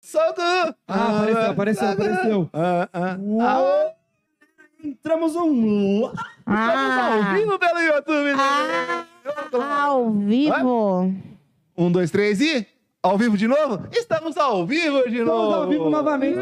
Solta! Ah, apareceu, apareceu, apareceu. Ah, ah, ah. Uou! Entramos um. Estamos ao Ah, vivo pelo YouTube. né? Ah. ao vivo. Um, dois, três e... Ao vivo de novo? Estamos ao vivo de novo. Estamos um ao vivo novamente.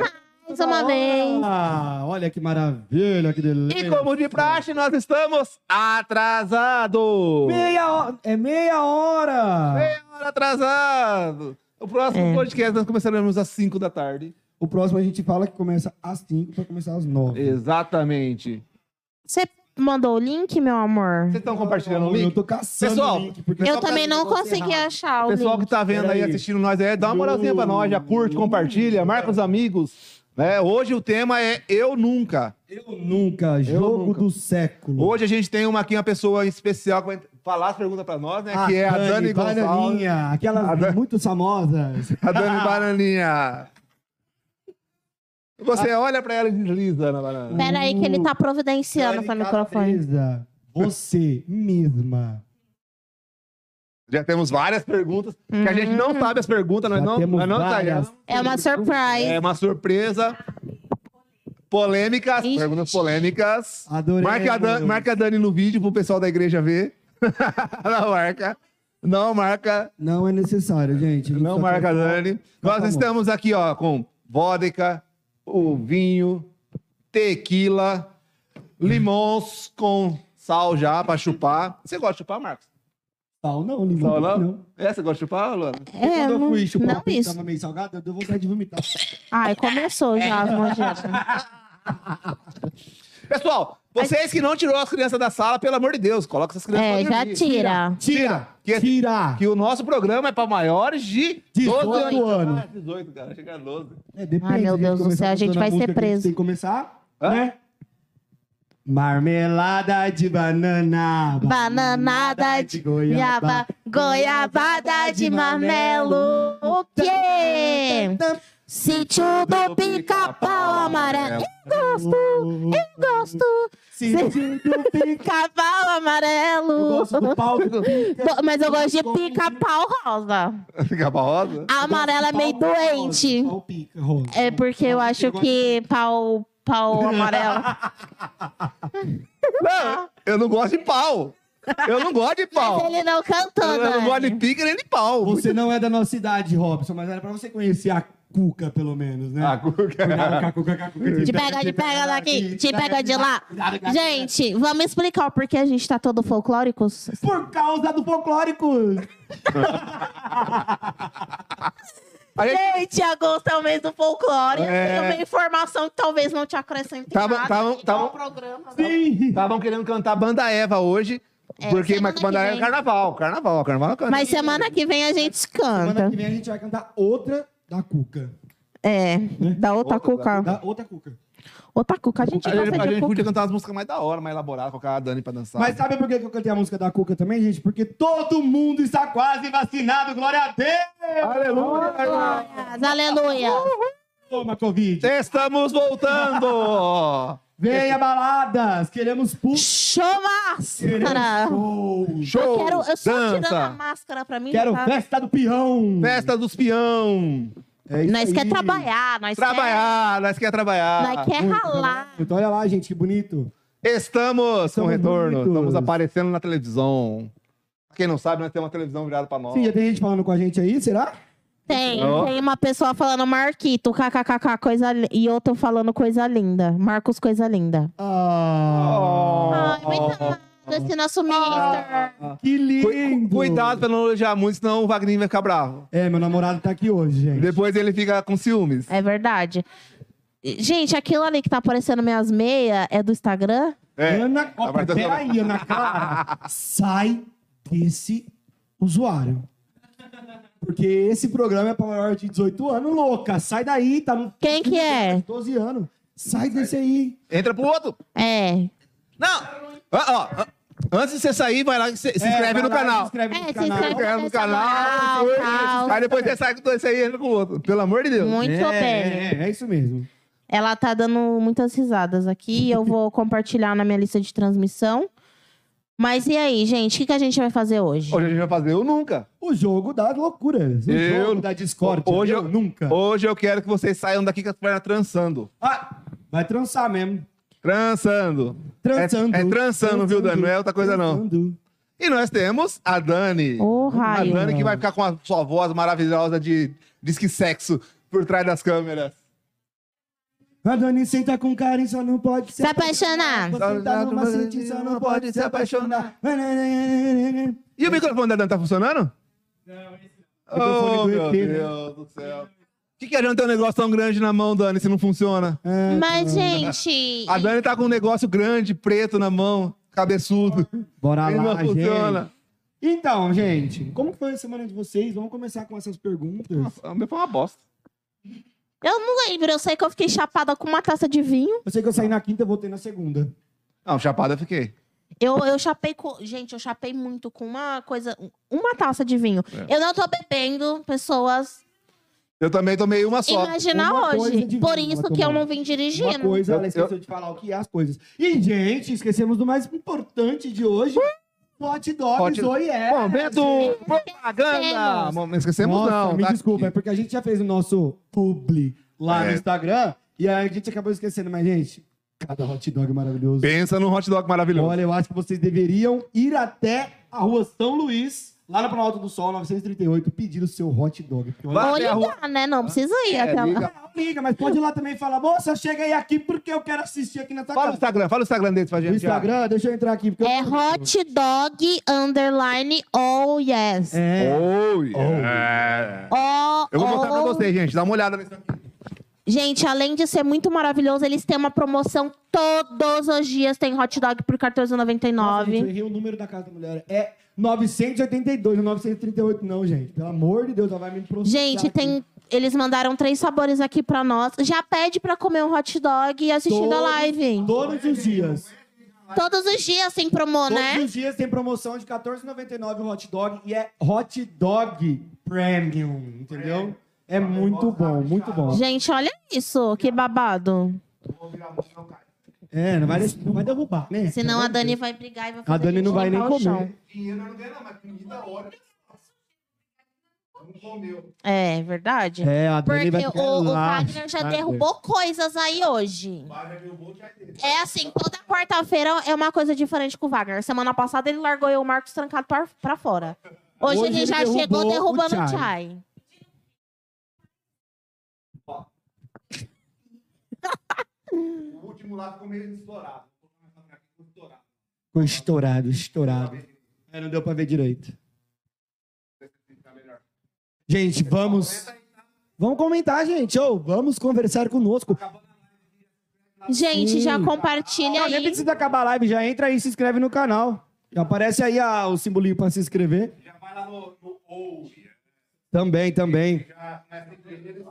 Mais uma vez. Ah, olha que maravilha, que delícia. E como de praxe, nós estamos atrasados. Meia hora. É meia hora. Meia hora atrasado. O próximo É. podcast nós começaremos às 5 da tarde. O próximo a gente fala que começa às 5 pra começar às 9. Exatamente. Você mandou o link, meu amor? Vocês estão compartilhando o link? Eu tô caçando Pessoal, o link. Porque... pessoal Eu tá também no não negócio consegui errado. achar o Pessoal que link. tá vendo aí, Peraí. assistindo nós, é, dá uma moralzinha pra nós, já curte, compartilha, marca os amigos. né? Hoje o tema é Eu Nunca. Eu nunca. Jogo nunca. do século. Hoje a gente tem uma, aqui uma pessoa especial que vai falar as perguntas pra nós, né? que é a Dani, Gonçalves. Ah, Bananinha, aquelas A Dan- muito famosas. A Dani Bananinha. Você Ah. olha pra ela e desliza na banana. Pera aí que ele tá providenciando pro Dani microfone. Calabresa, Você mesma. Já temos várias perguntas, que a gente não sabe as perguntas, nós Hum. Já não, temos nós não várias. tá- É uma surprise. É uma surpresa. Polêmicas, Ixi. perguntas polêmicas. Adorei. Marca a, Dan- mano. marca a Dani no vídeo pro pessoal da igreja ver. não marca. Não marca. Não é necessário, gente. gente Não só Tá marca a quer- Dani. Nós favor. estamos aqui, ó, com vodka, o vinho, tequila, limões com sal já pra chupar. Você gosta de chupar, Marcos? Sal não, limão. Sal não. não? É, você gosta de chupar, Luana? É, Quando eu não, fui chupar não o peito, isso. tava meio salgado, eu deu vontade de vomitar. Ai, começou já as manjetas. Pessoal, vocês que não tirou as crianças da sala, pelo amor de Deus, coloca essas crianças É, pra já dormir. tira. Tira! Que, esse- Tira! que o nosso programa é para maiores de 18 12 anos. anos. Ah, 18, cara. Chega a 12. É, depende, Ai, se a meu gente Deus do começar céu, a gente cantando vai ser música que a gente preso. Tem que começar, Hã? né? Marmelada de banana. Bananada de goiaba, goiabada de marmelo. O quê? Sítio do pica-pau amarelo. Eu gosto, eu gosto. Sítio do pica. Pica-pau um Eu amarelo. gosto do pau do pica. Bo- Mas eu gosto de pica-pau rosa. Fica barrosa? A amarela é meio Pau rosa, doente. pau pica, rosa. É porque eu acho que pau, pau amarelo. Não, eu não gosto de pau. Eu não gosto de pau. Ele é não Eu, cantou, eu não gosto de Dani. pica nem de pau. Você não é da nossa idade, Robson, mas era pra você conhecer a Cuca, pelo menos, né? Ah, Cuca. Cuidado com a Cuca, com a Cuca. Te pega, te pega daqui, te pega de lá. Cuidado com a- Gente, vamos explicar o porquê a gente tá todo folclóricos? Por causa do folclórico. A gente Gente, agosto é o mês do folclore. É. Tá Tem uma informação que talvez não te acrescente Tava- nada. tava- igual tava- o programa. né? Sim. estavam querendo cantar Banda Eva hoje. É, porque semana mas Banda que Eva é vem. carnaval. Carnaval, carnaval é canta. Mas semana que vem a gente Semana canta. que vem a gente vai cantar outra da Cuca. É, da outra Né? Outra, cuca. Da outra Cuca. Outra cuca, a A gente gente, gosta a de gente cuca. podia cantar umas músicas mais da hora, mais elaboradas, colocar a Dani pra dançar. Mas sabe por que que eu cantei a música da Cuca também, gente? Porque todo mundo está quase vacinado, glória a Deus! Aleluia! Glórias, Aleluia. Toma, Covid! Estamos voltando! Venha baladas, queremos pulso, Show queremos máscara. show! Show! Eu quero, eu só tirando a dança! máscara pra mim. Quero tá? festa do peão! Festa dos peão! É isso Nós aí. quer trabalhar, nós Trabalhar! Nós quer quer, trabalhar! nós quer Muito É ralar. bonito. Olha lá, gente, que bonito. Estamos com Estamos retorno! bonitos. Estamos aparecendo na televisão. Pra quem não sabe, nós temos uma televisão virada pra nós. Sim, já tem gente falando com a gente aí, será? Tem, Ó. tem uma pessoa falando Marquito, kkkk, coisa li- e outro falando coisa linda. Marcos, coisa linda. Ah, Ai, obrigada, esse nosso mister. que lindo! Oh. Cu- Cuidado pra não elogiar muito, senão o Wagner vai ficar bravo. É, meu namorado tá aqui hoje, gente. Depois ele fica com ciúmes. É verdade. Gente, aquilo ali que tá aparecendo minhas meias é do Instagram? É. Ana, ó, Vai, vai, vai. peraí, Ana Clara, sai desse usuário. Porque esse programa é pra maior de 18 anos, louca. Sai daí, tá no. Quem que é? 12 anos. Sai desse aí. Entra pro outro! É. Não! Ó, ó, ó. antes de você sair, vai lá e se, se inscreve É, vai no lá, Se canal. inscreve É, no se canal. inscreve. inscreve no canal. Tal, tal. Aí depois você sai com dois aí e entra com o outro. Pelo amor de Deus. Muito é, bem. É, é isso mesmo. Ela tá dando muitas risadas aqui. Eu vou compartilhar na minha lista de transmissão. Mas e aí, gente? O que, que a gente vai fazer hoje? Hoje a gente vai fazer eu nunca. O jogo da loucura. O Eu- jogo da discórdia. Hoje eu eu- nunca. Hoje eu quero que vocês saiam daqui com as pernas trançando. Ah, vai trançar mesmo. Trançando. Trançando. É, é trançando, viu, Dani? Não é outra coisa, não. Trançando. E nós temos a Dani. Ô, a raio. Dani que vai ficar com a sua voz maravilhosa de disque sexo por trás das câmeras. A Dani senta com carinho, só não pode Se apaixonar. Você tá no macete, só não pode se apaixonar. E o microfone da Dani tá funcionando? Não, Microfone oh, do meu ET, né? Deus do céu. O que, que adianta ter um negócio tão grande na mão, Dani, se não funciona? Mas, gente. A Dani tá com um negócio grande, preto na mão, cabeçudo. Bora e não lá, gente. funciona. Então, gente, como que foi a semana de vocês? Vamos começar com essas perguntas. O meu foi uma bosta. Eu não lembro, eu sei que eu fiquei chapada com uma taça de vinho. Eu sei que eu saí na quinta, voltei na segunda. Não, chapada eu fiquei. Eu, eu chapei com. Gente, eu chapei muito com uma coisa. um, Uma taça de vinho. Eu não tô bebendo, pessoas. Eu também tomei uma só. Imaginar uma coisa de hoje. vinho Por ela isso que tomou. eu não vim Uma dirigindo. coisa, Eu- ela esqueceu de falar o que é as coisas. E, gente, esquecemos do mais importante de hoje. Hot dogs, Hot- oi, é. Momento propaganda! Mo- Esquecemos Nossa, não. me tá desculpa, é aqui. porque a gente já fez o nosso publi lá É. no Instagram e aí a gente acabou esquecendo. Mas, gente, cada hot dog maravilhoso. Pensa num hot dog maravilhoso. Olha, eu acho que vocês deveriam ir até a rua São Luís, lá na Planalto do Sol, 938, pedir o seu hot dog. Porque, olha, Vai Ou até a ligar, né? Não precisa ir É, até lá. liga. não liga, mas pode ir lá também e falar, moça, chega aí aqui porque eu quero assistir aqui na tua Fala o casa. Instagram, fala o Instagram deles pra gente. O Instagram, deixa eu entrar aqui. Porque É eu... hot dog underline oh yes. É. Oh, Oh, Eu vou mostrar pra oh. vocês, gente. Dá uma olhada nisso aqui. Gente, além de ser muito maravilhoso, eles têm uma promoção todos os dias. Tem hot dog por Nossa, gente, eu R$14,99. errei o número da casa da mulher. É 982, não 938 não, gente. Pelo amor de Deus, ela vai me processar. Gente, aqui. tem. Eles mandaram três sabores aqui pra nós. Já pede pra comer um hot dog e assistindo a Todos- live. Todos os dias. Todos os dias tem promo, Todos né? os dias tem promoção de R$14,99 o hot dog e é hot dog premium, entendeu? É muito bom, muito bom. Gente, olha isso. Que babado. É, não vai, deix- não vai derrubar, né? Senão a Dani vai brigar e vai fazer A Dani não gente vai nem limpar o chão. comer. Dinheiro não ganha, não, mas comida hora. Não comeu. É, verdade. É, a Dani Porque vai ficar o, o lá, Wagner já chata. derrubou coisas aí hoje. É assim, toda quarta-feira é uma coisa diferente com o Wagner. Semana passada ele largou eu e o Marcos trancado pra, pra fora. Hoje, Hoje ele, ele já derrubou chegou o derrubando Chai. o Chai. O último lá ficou meio estourado. Ficou estourado, estourado. É, não deu pra ver direito. Gente, vamos... Vamos comentar, gente. Ô, vamos conversar conosco. Gente, Sim. já compartilha Nem aí. precisa acabar a live, já entra aí e se inscreve no canal. Já aparece aí a- o simbolinho pra se inscrever. Já vai lá no, no ouve. Também, também. Já começa a entender.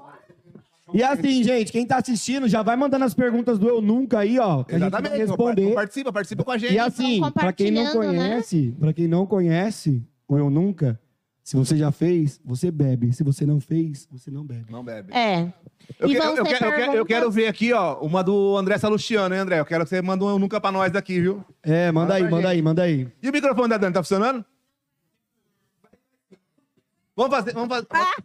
E assim, gente, quem tá assistindo já vai mandando as perguntas do Eu Nunca aí, ó. Que a gente vai Exatamente. responder. Participa, participa com a gente. E assim, Então, pra quem não compartilhando, né? conhece, pra quem não conhece o Eu Nunca, se você já fez, você bebe. Se você não fez, você não bebe. Não bebe. É. Eu, E quero, vão eu quero- eu ser quero- eu perguntas- quero ver aqui, ó, uma do André Salustiano, hein, André? Eu quero que você mande um nunca pra nós daqui, viu? É, manda Fala aí, pra manda gente. aí, manda aí. E o microfone da Dani, tá funcionando? Vamos fazer, vamos fazer. Ah,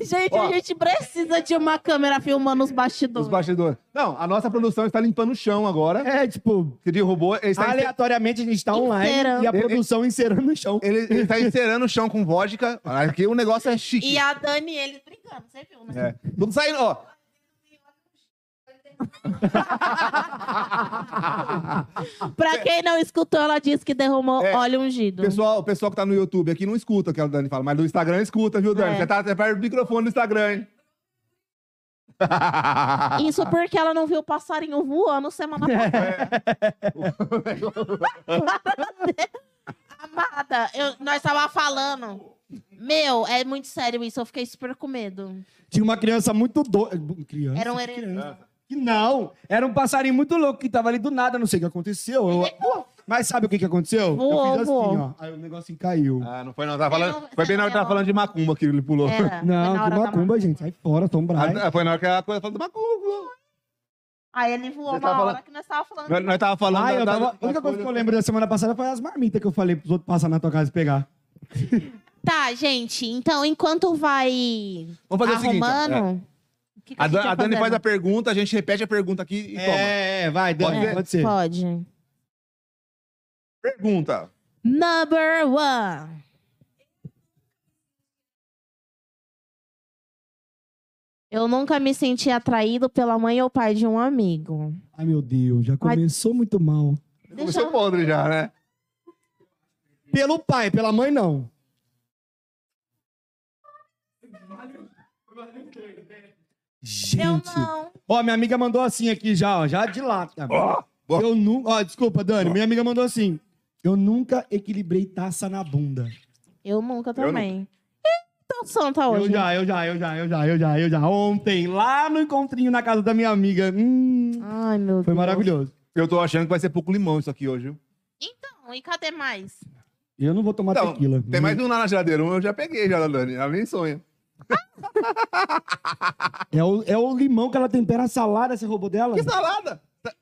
Gente, Ó. a gente precisa de uma câmera filmando os Os bastidores. bastidores. Não, a nossa produção está limpando o chão agora. É, tipo, Que derrubou. Ele está, encer- aleatoriamente a gente tá online Encerando. e a produção encerando no chão. ele, ele está encerando o chão com vodka. Aqui o negócio é chique. E a Dani e ele brigando, você viu, né? É. Tudo saindo, ó. Pra quem não escutou, ela disse que derrumou É. óleo O ungido. pessoal, o pessoal que tá no YouTube aqui não escuta o que a Dani fala, mas do Instagram escuta, viu, Dani? É. Você tá até perto do microfone do Instagram, hein? Isso porque ela não viu o passarinho voando semana passada. É. Amada, eu- nós tava falando. Meu, é muito sério isso. Eu fiquei super com medo. Tinha uma criança muito doida. Criança? Era um Que herê- criança? Que não! Era um passarinho muito louco que tava ali do nada, não sei o que aconteceu. Eu- Pô, Mas sabe o que, que aconteceu? Voou, eu fiz assim, voou. ó. Aí o negocinho caiu. Ah, não foi não. Tava Você falando, não- né? É. foi você bem na não hora que tava lembra? falando de macumba que ele pulou. Era. foi não, na que hora da um macumba, gente. Sai fora, Tom Braz. Ah, Foi na hora que ela falou de macumba. Aí ele voou Você uma tá hora falando- que nós tava falando. Nós, nós tava falando. Ah, eu da- tava- da- a única coisa que eu lembro da semana passada foi as marmitas que eu falei pros outros passar na tua casa e pegar. Tá, gente, então enquanto vai Vamos fazer o seguinte. ó. É. Tá arrumando... o que que A, Dan- gente a ia Dani faz fazendo? a pergunta, a gente repete a pergunta aqui e toma. é, vai, Pode Dani, ser? pode ser. Pode. Pergunta. Number one. Eu nunca me senti atraído pela mãe ou pai de um amigo. Ai, meu Deus, já começou muito mal. Deixa Começou eu... podre já, né? Pelo pai, pela mãe, não. eu Gente. não. Ó, minha amiga mandou assim aqui já, ó. Já dilata. Ó, ó. Eu nunca. Ó, desculpa, Dani. Minha amiga mandou assim. Eu nunca equilibrei taça na bunda. Eu nunca nunca. também. Então santa hoje. Eu já, eu já, eu já, eu já, eu já, eu já. Ontem, lá no encontrinho na casa da minha amiga. Hum, Ai, meu foi Deus. maravilhoso. Eu tô achando que vai ser pouco limão isso aqui hoje. viu? Então, e cadê mais? Eu não vou tomar Então, tequila. tem mais um lá na geladeira. Um eu já peguei já, Dani. Ela nem sonha. É o, é o limão que ela tempera a salada, você roubou dela? Que salada! Tá-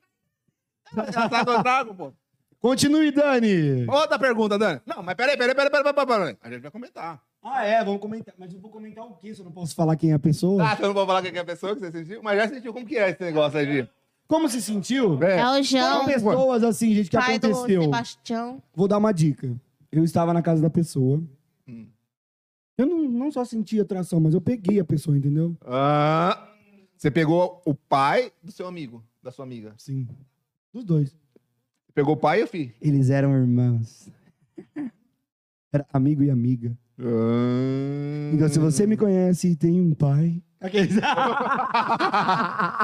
Já tá eu trago, pô. Continue, Dani. Outra pergunta, Dani. Não, mas peraí, peraí, peraí, peraí, peraí, peraí. A gente vai comentar. Ah, é, vamos comentar. Mas eu vou comentar o quê se eu não posso falar quem é a pessoa? Ah, então eu não vou falar quem é a pessoa que você sentiu, mas já sentiu como que é esse negócio aí de. Como se sentiu? É, É. o João, São pessoas assim, gente, que pai aconteceu. do Sebastião. Vou dar uma dica. Eu estava na casa da pessoa. Hum. Eu não, não só senti atração, mas eu peguei a pessoa, entendeu? Ah, você pegou o pai do seu amigo, da sua amiga. Sim. Assim, Dos dois. Você pegou o pai e o filho. Eles eram irmãos. Era amigo e amiga. Ah. Então, se você me conhece e tem um pai.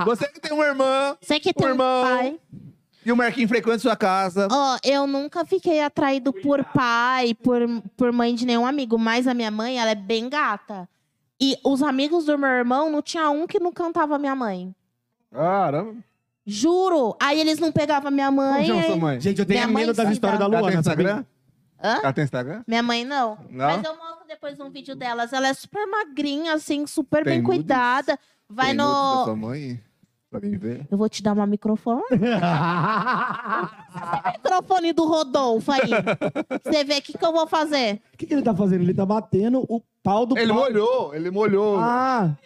Você que tem uma irmã Você que tem um irmão. pai. e o Marquinhos frequenta sua casa. Ó, eu nunca fiquei atraído por pai, por, por mãe de nenhum amigo, mas a minha mãe, ela é bem gata. E os amigos do meu irmão, não tinha um que não cantava minha mãe. Caramba. Juro! Aí eles não pegavam minha Como mãe. chama aí- sua mãe? Gente, eu Minha tenho mãe medo das se histórias dá. da Ela Luana. tem sabia? Instagram? Hã? Ela tem Instagram? Minha mãe não. Não? Mas eu mostro depois um vídeo delas. Ela é super magrinha, assim, super Tem bem nudes? cuidada. Vai Tem nudes da no. sua mãe? Pra mim ver. Eu vou te dar uma microfone. microfone do Rodolfo aí. Você vê o que, que eu vou fazer. O que, que ele tá fazendo? Ele tá batendo o pau do Ele pau. molhou, ele molhou. Ah,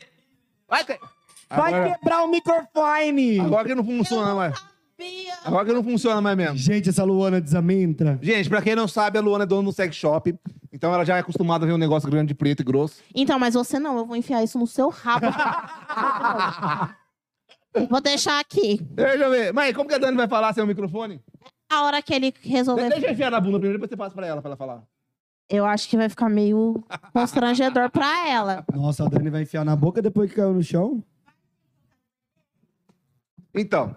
Vai, que- vai agora, quebrar o microfone! agora que não funciona mais. Bia, Agora que não funciona mais mesmo. Gente, essa Luana desamentra. Gente, pra quem não sabe, a Luana é dona do sex shop. Então ela já é acostumada a ver um negócio grande, preto e grosso. Então, mas você não, eu vou enfiar isso no seu rabo. vou deixar aqui. Deixa eu ver. Mãe, como que a Dani vai falar sem o microfone? A hora que ele De- resolver. Deixa eu enfiar na bunda primeiro, depois você passa pra ela, pra ela falar. Eu acho que vai ficar meio constrangedor pra ela. Nossa, a Dani vai enfiar na boca depois que caiu no chão? Então.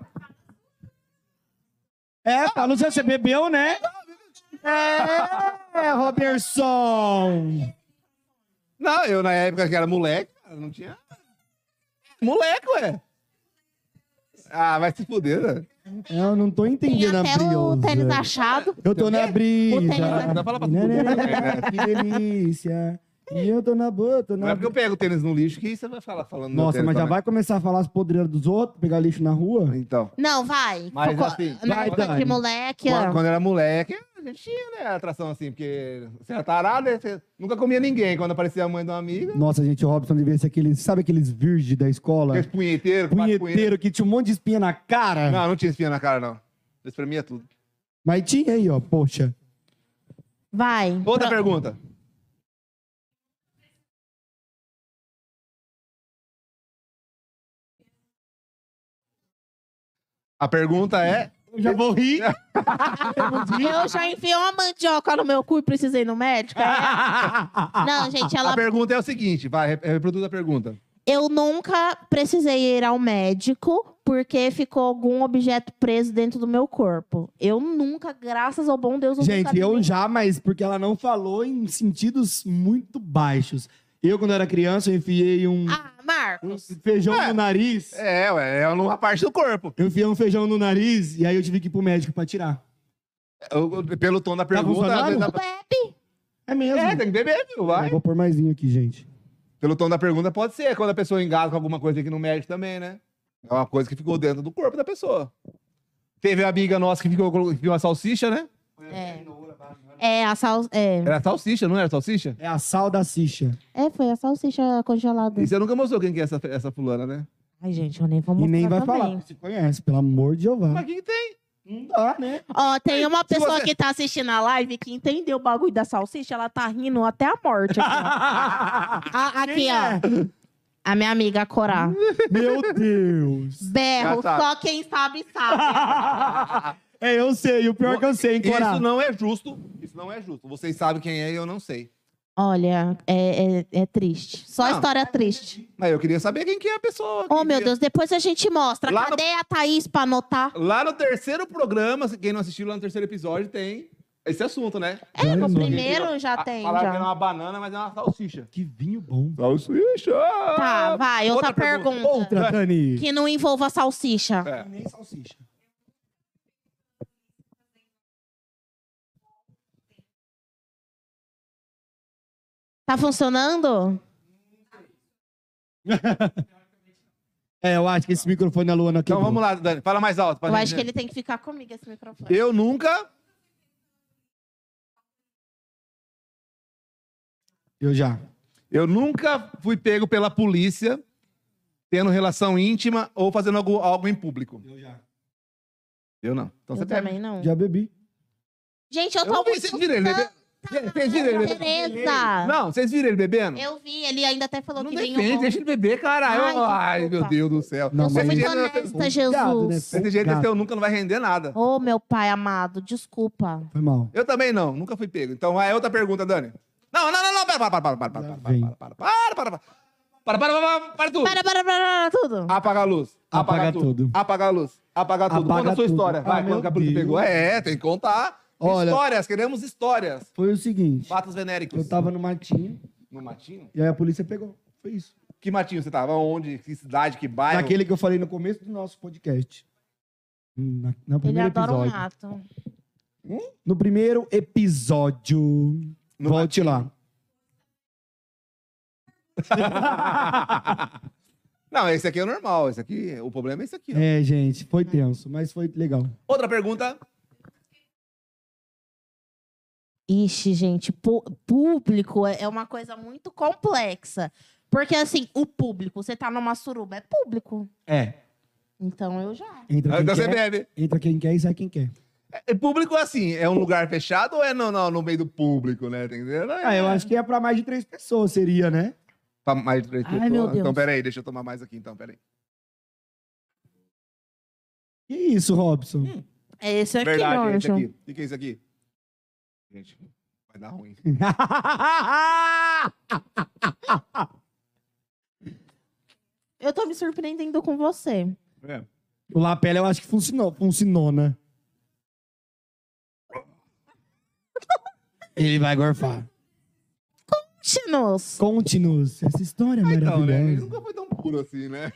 É, tá, não sei, você bebeu, né? É, Robertson! Não, eu na época que era moleque, cara, não tinha... Moleque, ué. Ah, vai se fuder, né? É, Eu não tô Tem entendendo a até o briosa. tênis achado. Eu tô na brisa. O tênis achado. Dá pra falar pra Né, tudo. né, né, Que delícia. E eu tô na boa, tô Não na é porque eu pego o tênis no lixo que você vai falar falando do Nossa, tênis mas já também. vai começar a falar as podreiras dos outros, pegar lixo na rua? Então. Não, vai. Mas Ficou- assim, na vai, época Dani. de moleque. Quando, ó. quando era moleque, a gente tinha, né, atração assim, porque você era tarado, né, você nunca comia ninguém. Quando aparecia a mãe de uma amiga, Nossa, gente, o Robson devia ser aqueles, sabe aqueles virgem da escola? aqueles punheteiros, que bate punheta. Punheteiro que tinha um monte de espinha na cara. é Não, não tinha espinha na cara, não. Eu espremia é tudo. Mas tinha aí, ó, poxa. Vai. Outra Pro- pergunta. A pergunta é. Eu já vou rir. Eu já enfiei uma mandioca no meu cu e precisei ir no médico. é? Não, gente, ela A pergunta é o seguinte, vai, re- reproduz a pergunta. Eu nunca precisei ir ao médico porque ficou algum objeto preso dentro do meu corpo. Eu nunca, graças ao bom Deus, eu nunca Gente, eu tive. já, mas porque ela não falou em sentidos muito baixos. Eu, quando era criança, eu enfiei um, Ah, um Marcos. feijão É. no nariz. É, ué, é uma parte do corpo. Eu enfiei um feijão no nariz e aí eu tive que ir pro médico pra tirar. Eu- eu- pelo tom da pergunta. funcionando? às vezes dá pra- Bebe. É mesmo? É, tem que beber, viu? Vai. Eu vou pôr mais vinho aqui, gente. Pelo tom da pergunta, pode ser. Quando a pessoa engasga com alguma coisa que não mexe também, né? É uma coisa que ficou dentro do corpo da pessoa. Teve a amiga nossa que ficou com que viu uma salsicha, né? É. É, a sal... é. Era salsicha, não era salsicha? É a sal da Cicha. é, foi a salsicha congelada. E você nunca mostrou quem que é essa, essa fulana, né? Ai, gente, eu nem vou E mostrar nem vai também. falar. Se conhece, pelo amor de Jeová. Mas quem tem? Não dá, né? Ó, tem uma se pessoa você- que tá assistindo a live que entendeu o bagulho da salsicha, ela tá rindo até a morte. Aqui, ó. A- aqui, Quem é? Hum. ó. A minha amiga Corá. Meu Deus. Berro, Já tá. sabe. só quem sabe sabe. É, eu sei. O pior que eu sei, hein, Corá. Isso não é justo. Isso não é justo. Vocês sabem quem é e eu não sei. Olha, é, é- é triste. Só Não. história triste. Mas eu queria saber quem que é a pessoa. Oh, quem meu que é. Deus, depois a gente mostra. Lá no- Cadê a Thaís pra anotar? Lá no terceiro programa, se- quem não assistiu lá no terceiro episódio, tem esse assunto, né? É, no Não. primeiro já A- tem. Falaram que era Já. uma banana, mas é uma salsicha. Que vinho bom. Salsicha! Tá, vai, outra, Outra pergunta. pergunta. Outra, Dani. Que não envolva salsicha. É. Nem salsicha. Tá funcionando? É, eu acho que esse microfone da Luana aqui. Então vamos lá, Dani. Fala mais alto. pra Eu gente, acho né? que ele tem que ficar comigo, esse microfone. Eu nunca. Eu já. Eu nunca fui pego pela polícia tendo relação íntima ou fazendo algo, algo em público. Eu já. Eu não. Então Eu você também pega. não. Já bebi. Gente, eu Eu tô não vi, muito vocês viram ele bebendo? Vocês viram ele bebendo? Beleza. Não, vocês viram ele bebendo? Eu vi, ele ainda até falou Não que defende, vinho bom. deixa ele beber, caralho. Ai, Ai, desculpa. meu Deus do céu. Não, eu sou mas- muito Esse jeito- honesta, Obrigado, né? Jesus. Desse jeito, Gato. esse eu nunca não vai render nada. Ô, meu pai amado, desculpa. Foi mal. Eu também não, nunca fui pego. Então, vai, outra pergunta, Dani. Não, não, não, não, para, para, para, para, para, para, vem. para, para, para, para, para, para, para, para, para, para tudo. Ah, Para, para, para, para, tudo. Apaga a luz. Apaga Apaga tudo. tudo. Apaga a luz. Apaga tudo. Apaga Conta a sua tudo. história. Ah, Vai, meu quando a polícia Deus. pegou. É, tem que contar. Olha- Histórias, queremos histórias. Foi o seguinte. Fatos venéricos. Eu tava no matinho No matinho? e aí a polícia pegou. Foi isso. Que matinho você tava? Onde? Que cidade? Que bairro? Naquele que eu falei no começo do nosso podcast. Hum, Na, na Ele primeiro adora um episódio. rato. No primeiro episódio. No Volte lá. Não, esse aqui é normal. Esse aqui, o problema é esse aqui. ó. É, gente, foi tenso, mas foi legal. Outra pergunta. Ixi, gente, pu- público é é uma coisa muito complexa. Porque, assim, o público, você tá numa suruba, é público. É. Então eu já. Entra quem, Então você quer, bebe. entra quem quer e sai quem quer. É público assim, é um lugar fechado ou é no, no, no meio do público, né? Tem que ver. Ah, eu acho que é pra mais de três pessoas, seria, né? Pra mais de três Ai, pessoas. meu Deus. Então, peraí, deixa eu tomar mais aqui, então, peraí. Que isso, Robson? É esse aqui, meu Verdade, é esse anjo. aqui. O que que é isso aqui? Gente, vai dar ruim. Hum. Eu tô me surpreendendo com você. É. o Lapela eu acho que funcionou, funcionou né? Ele vai gorfar. Chinos. Conte-nos essa história Ah, então, né? Ele maravilhosa. nunca foi tão puro assim, né?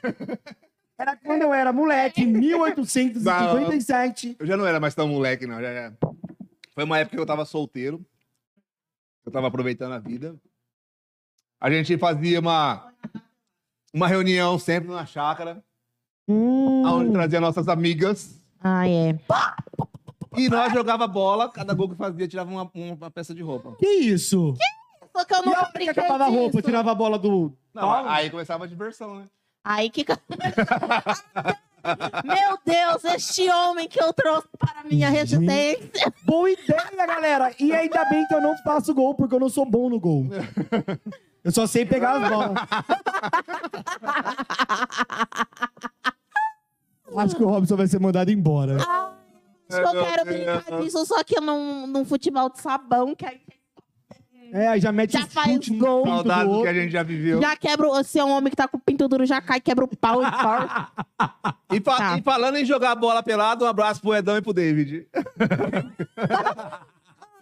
Era quando eu era moleque, em 1857. Eu já não era mais tão moleque, não. Já, já. Foi uma época que eu tava solteiro. Eu tava aproveitando a vida. A gente fazia uma, uma reunião sempre na chácara, onde Hum, trazia nossas amigas. Ah, é. E nós jogava bola, cada gol que fazia tirava uma, uma peça de roupa. que isso? Só que E eu a nunca hora que brinquei acabava a disso. roupa, tipo- tirava a bola do... Não, aí começava a diversão, né? Aí que... Meu Deus, este homem que eu trouxe para a minha Gente. residência. Boa ideia, galera! E ainda bem que eu não faço gol, porque eu não sou bom no gol. Eu só sei pegar as bolas. Acho que o Robson vai ser mandado embora. Acho que eu quero brincar disso, só que num, num futebol de sabão, que aí É, aí já mete Já um faz chute no gol. pinto do Saudades que outro. a gente já viveu. já quebra. o- Se é um homem que tá com o pinto duro, já cai, quebra o pau e pau. E, fa- Tá. e falando em jogar bola pelado, um abraço pro Edão e pro David.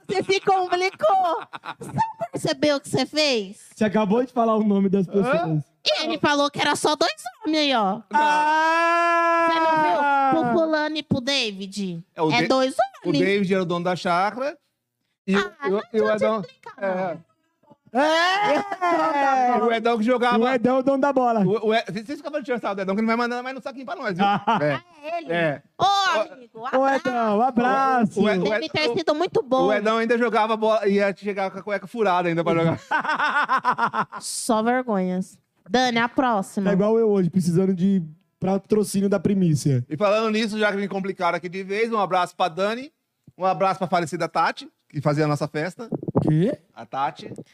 Você se complicou. Você percebeu o que você fez? Você acabou de falar o nome das pessoas. E ele falou que era só dois homens aí, ó. Você Ah! não viu? Pro fulano e pro David. É, o É Da- dois O homens. David era o dono da chácara. E, o- Ah, e o- e o Edão. explicar. É. É! O Edão que O jogava. Edão é o dono da bola. O, o Ed... Vocês ficavam de chantar o Edão, que ele não vai mandando mais no saquinho pra nós, viu? É ele. É. Ô, amigo, Ô, abraço. Edão, abraço. O Ed- Deve ter o- sido muito bom. O Edão ainda jogava bola, ia chegar com a cueca furada ainda pra jogar. Só vergonhas. Dani, a próxima. Tá igual eu hoje, precisando de patrocínio da primícia. E falando nisso, já que me complicaram aqui de vez, um abraço pra Dani, um abraço pra falecida Tati, que fazia a nossa festa. Quê? A Tati. Nossa, Tá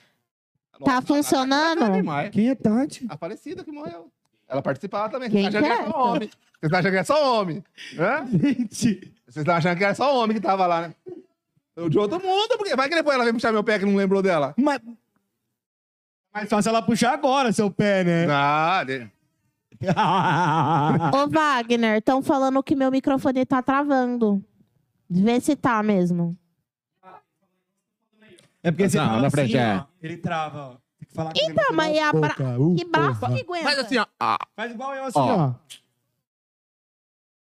a Tati era funcionando? cara demais. Quem é Tati? A falecida que morreu. Ela participava também. Quem Vocês acham que que é era essa? só homem. Vocês estão achando que era só homem. Hã? Gente, Vocês estão achando que era só homem que tava lá, né? Eu de outro mundo, porque vai que depois ela vem puxar meu pé que não lembrou dela. mas... Mais fácil ela puxar agora, seu pé, né? Ah, de- Ô, Wagner, estão falando que meu microfone tá travando. Vê se tá mesmo. É porque Não, na frente, é. ele trava, ó. Tem que falar com ele Então, pela mas a bra... boca. Uh, que braço porra. que aguenta? Mas assim, ó. ah, Faz igual eu assim, ó.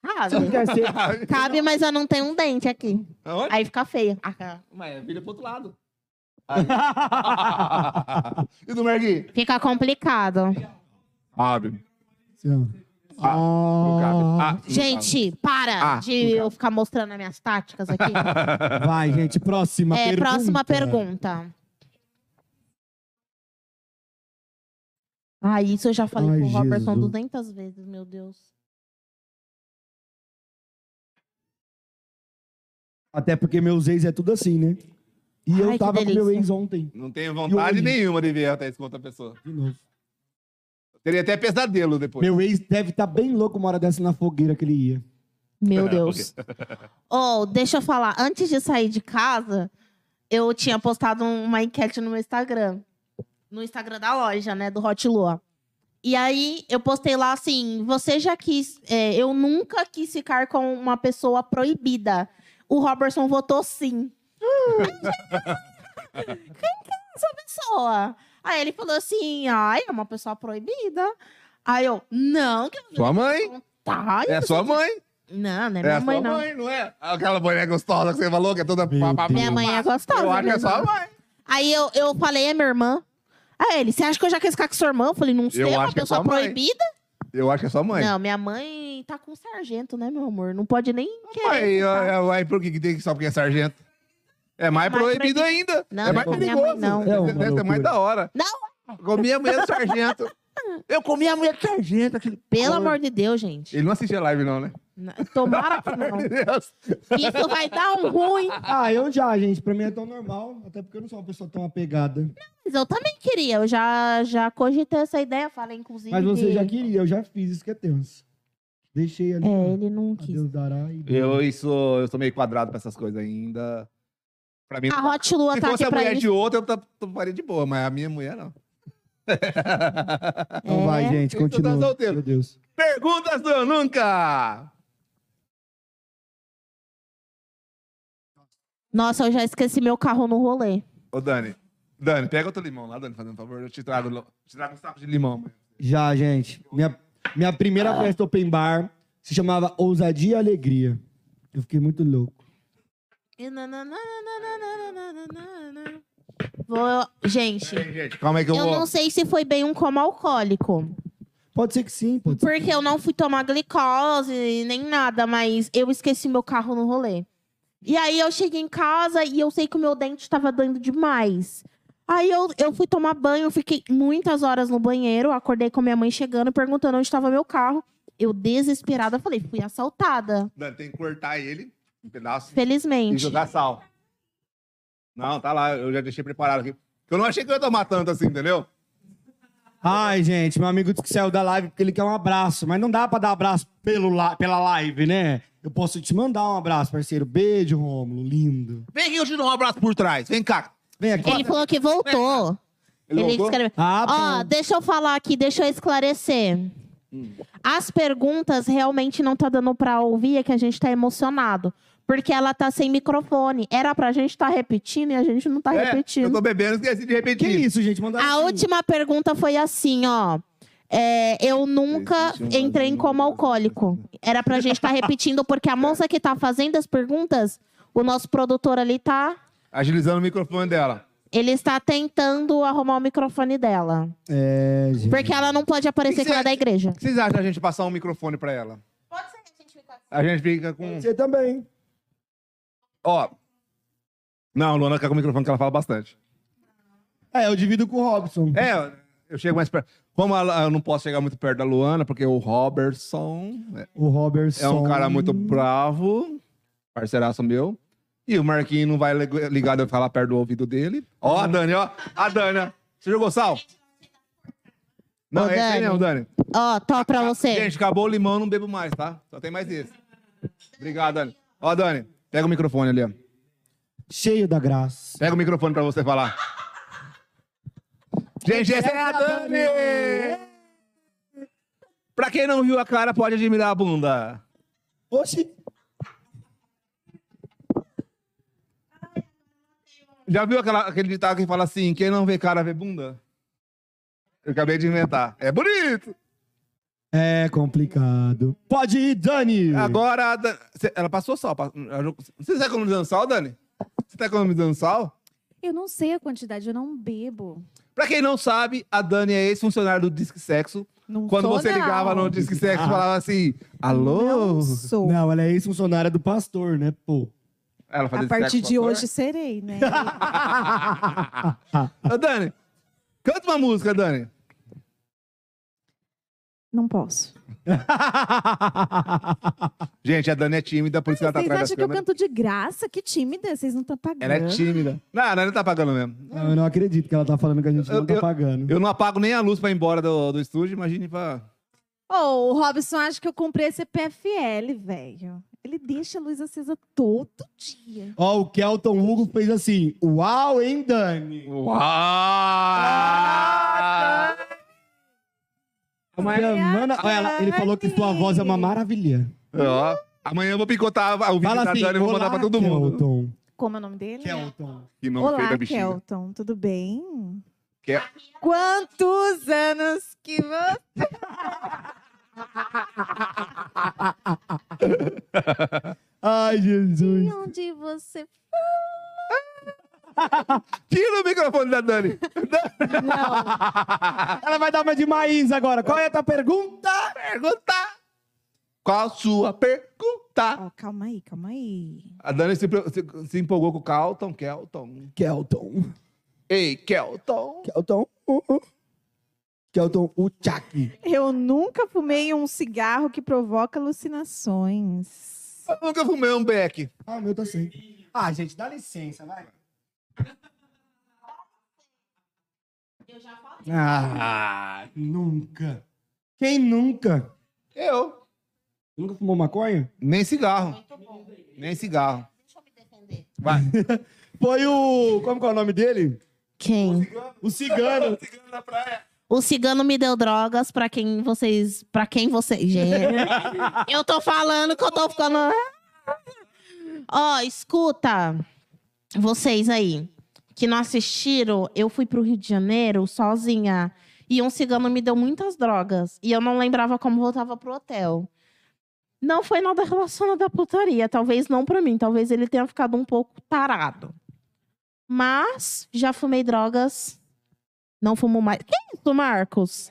Ó. Cabe. Cabe, mas eu não tenho um dente aqui. Aonde? Aí fica feio. Ah, Mas vira pro outro lado. e do Mergui? Fica complicado. Abre. Assim, ó. Ah, Gente, Ah, para de eu ficar mostrando as minhas táticas aqui. vai, gente. Próxima é, pergunta. próxima pergunta. Ah, isso eu já falei Ai, com o Robertson Jesus. 200 vezes, meu Deus. Até porque meus ex é tudo assim, né? E Ai, eu que tava com meu delícia. ex ontem. Não tenho vontade E hoje? nenhuma de ver até isso com outra pessoa. De novo. Teria até pesadelo depois. Meu ex deve estar bem louco uma hora dessa na fogueira que ele ia. Meu Ah, Deus. Oh, deixa eu falar. Antes de sair de casa, eu tinha postado um- uma enquete no meu Instagram. No Instagram da loja, né? Do Hot Lua. E aí eu postei lá assim: você já quis. é, eu nunca quis ficar com uma pessoa proibida. O Robertson votou sim. Quem que é essa pessoa? Aí ele falou assim: ai, é uma pessoa proibida. Aí eu, não, que É Sua mãe? tá. É sua mãe? Não, não é, É minha sua mãe, mãe, não. não é? Aquela mulher gostosa que você falou, que é toda... Meu papapá. Minha mãe é gostosa. Eu acho que é sua mãe. Aí eu, eu falei, é minha irmã. Aí ele, você acha que eu já quis ficar com sua irmã? Eu falei, não sei, Eu é uma acho que é sua pessoa mãe. proibida. Eu acho que é sua mãe. Não, minha mãe tá com sargento, né, meu amor? Não pode nem querer. Aí, ficar. ó, ó, aí por que que tem que só porque é sargento? É mais É mais proibido proibido. ainda. Não, é não mais é minha perigoso. mãe, não. É uma Deve- Deve ser loucura. mais da hora. Não. Comia mulher do sargento. Eu comia a mulher do sargento. Aquele... Pelo amor de Deus, gente. Ele não assistia live, não, né? Na- Tomara que não. Meu Deus. Isso vai dar um ruim. Ah, eu já, gente. Pra mim é tão normal. Até porque eu não sou uma pessoa tão apegada. Mas eu também queria. Eu já, já cogitei essa ideia. Falei, inclusive. Mas você já que- queria, eu já fiz isso que é tenso. Deixei ali. É, ele não a quis. Deus dará e... Uhum. Eu, isso, eu sou meio quadrado pra essas coisas ainda. Pra mim, A Hot Lua se tá fosse aqui a pra mulher isso. de outro, eu tá- toparia de boa, mas a minha mulher não. Então vai, É. gente, Então tá continua. solteiro. Meu Deus. Perguntas do Nunca! um- Nossa, eu já esqueci meu carro no rolê. Ô, Dani. Dani, pega outro limão lá, Dani, fazendo um favor. Eu te trago, lo- te trago um saco de limão. Já, gente. Minha, minha primeira festa open bar se chamava Ousadia e Alegria. Eu fiquei muito louco. Vou... Gente, Peraí, gente, calma aí que eu, eu vou. não sei se foi bem um coma alcoólico. Pode ser que sim, pode ser. Porque eu não fui tomar glicose, nem nada, mas eu esqueci meu carro no rolê. E aí eu cheguei em casa e eu sei que o meu dente tava dando demais. Aí eu, eu fui tomar banho, eu fiquei muitas horas no banheiro, acordei com minha mãe chegando, perguntando onde estava meu carro. Eu, desesperada, falei, fui assaltada. Dani, tem que cortar ele em pedaços e Felizmente. jogar sal. Não, tá lá, eu já deixei preparado aqui. Eu não achei que eu ia tomar tanto assim, entendeu? Ai, gente, meu amigo disse que saiu da live porque ele quer um abraço. Mas não dá pra dar abraço pelo la- pela live, né? Eu posso te mandar um abraço, parceiro. Beijo, Rômulo, lindo. Vem aqui, eu te dou um abraço por trás. Vem cá. Vem aqui. Ele falou que voltou. Ele Ele voltou? escreveu. Ah, Ó, bom. deixa eu falar aqui, deixa eu esclarecer. Hum. As perguntas realmente não tá dando pra ouvir, é que a gente tá emocionado. Porque ela tá sem microfone. Era pra gente tá repetindo e a gente não tá É, eu repetindo. tô bebendo, esqueci de Que repetir. isso, gente? Mandar A assim. última pergunta foi assim, ó. É, eu nunca Existe um entrei em vazio no coma alcoólico. Era pra gente tá repetindo, porque a moça que tá fazendo as perguntas, o nosso produtor ali tá Agilizando o microfone dela. Ele está tentando arrumar o microfone dela. É, gente. Porque ela não pode aparecer Que que ela é cê- da igreja. O que vocês acham da gente passar um microfone pra ela? Pode ser que a gente fique assim. A gente fica com. Você também. Ó. Não, a Luana quer com o microfone que ela fala bastante. É, eu divido com o Robson. É, eu chego mais perto. Como ela- eu não posso chegar muito perto da Luana, porque o Robertson é- O Robertson. é um cara muito bravo, parceiraço meu. E o Marquinho não vai lig- ligar de eu falar perto do ouvido dele. Ó, a Dani, ó. A Dani, ó. Você jogou sal? Não, Ô, é esse aí Dani. mesmo, Dani. Ó, top pra você. Gente, acabou o limão, não bebo mais, tá? Só tem mais esse. Obrigado, Dani. Ó, Dani, pega o microfone ali, ó. Cheio da graça. Pega o microfone pra você falar. Gente, essa é a Dani! Pra quem não viu a cara, pode admirar a bunda. Oxi. Já viu aquela- aquele ditado que fala assim, quem não vê cara, vê bunda? Eu acabei de inventar. É bonito! É complicado. Pode ir, Dani. Agora, a Dan- Cê- ela passou sal. pa- ela jogou- Você tá economizando sal, Dani? Você tá economizando sal? Eu não sei a quantidade, eu não bebo. Pra quem não sabe, a Dani é ex-funcionária do Disque Sexo. Não Quando sou, você não. ligava no Disque Sexo, Ah. falava assim, alô? Não sou. Não, ela é ex-funcionária do pastor, né, pô? Ela fazia A esse partir sexo de com a hoje serei, né? Ô, Dani, canta uma música, Dani. não posso. Gente, a Dani é tímida, por isso que ela tá Vocês atrás das acham que eu câmeras. canto de graça? Que tímida, vocês não estão pagando. Ela é tímida. Não, a Dani tá apagando mesmo. Não, eu não acredito que ela tá falando que a gente Eu- não tá eu- pagando. Eu não apago nem a luz pra ir embora do, do estúdio, imagine pra... Ô, o Robson acha que eu comprei esse PFL, velho. Ele deixa a luz acesa todo dia. Ó, o Kelton Hugo fez assim, uau, hein, Dani? Uau! Semana... Ó, ela- ele falou que sua voz é uma maravilha. Ó, amanhã eu vou picotar o vídeo Fala da assim, Dani e tá vou mandar "Olá, pra todo mundo. Kelton. Como é o nome dele? Kelton. Que não feio da Olá, bexiga. é- Kelton, tudo bem? Kel- Quantos anos que você... Ai, Jesus. Onde você... Tira o microfone da Dani. Ela vai dar uma de Maís agora. Qual é a tua pergunta? pergunta. Qual sua pergunta? Ó, calma aí, calma aí. A Dani se, se- se empolgou com o Calton, Kelton. Kelton. Ei, Kelton. Kelton. uh, uh. Kelton Uchaki. Eu nunca fumei um cigarro que provoca alucinações. Eu nunca fumei um beck. Ah, meu tá sem. Ah, gente, dá licença, vai. Ah, nunca. Quem nunca? Eu. Nunca fumou maconha? Nem cigarro. Nem cigarro. Vai. Foi o. Como que é o nome dele? Quem? O cigano. O cigano me deu drogas pra quem vocês. Pra quem vocês. Gente, eu tô falando que eu tô ficando. Ó, escuta. Vocês aí que não assistiram, eu fui pro Rio de Janeiro sozinha. E um cigano me deu muitas drogas. E eu não lembrava como voltava pro hotel. Não foi nada relacionado à putaria. Talvez não pra mim. Talvez ele tenha ficado um pouco tarado. Mas já fumei drogas. Não fumo mais. Que isso, Marcos?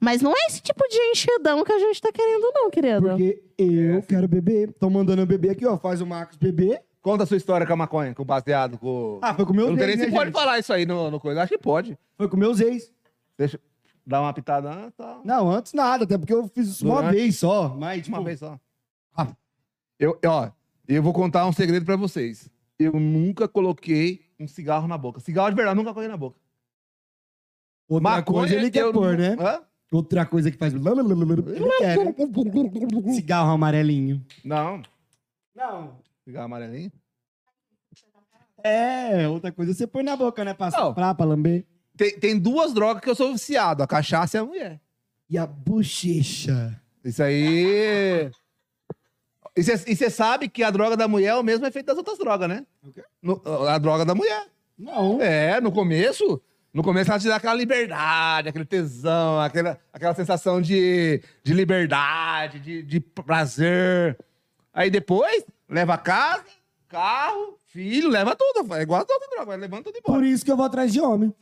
Mas não é esse tipo de enxedão que a gente tá querendo, não, querido. Porque eu quero beber. É. Tô mandando eu beber aqui, ó. Faz o Marcos beber. Conta a sua história com a maconha, com o baseado, com... Ah, foi com eu meus não sei nem ex, se né, pode gente? falar isso aí no, no coisa. Acho que pode. Foi com meus ex. Deixa... Dá uma pitada antes, tá? Não, antes nada, até porque eu fiz isso uma Durante. vez só. Mas, De uma tipo, vez só. Ah. Eu, ó, eu vou contar um segredo pra vocês. Eu nunca coloquei um cigarro na boca. Cigarro de verdade, nunca coloquei na boca. Outra coisa ele quer eu pôr, nu- né? Hã? Outra coisa que faz. Ele quer, né? Cigarro amarelinho. Não. Não. Cigarro amarelinho. É, outra coisa você põe na boca, né? Pra Não. soprar, pra lamber. Tem, tem duas drogas que eu sou viciado. A cachaça e a mulher. E a bochecha. Isso aí... E você sabe que a droga da mulher é o mesmo efeito das outras drogas, né? O quê? No- a droga da mulher. Não. É, no começo. No começo ela te dá aquela liberdade, aquele tesão, aquela, aquela sensação de, de liberdade, de, de prazer. Aí depois, leva a casa, carro, Filho, leva tudo. É igual as outras drogas. Levanta tudo e Por bora. isso que eu vou atrás de homem.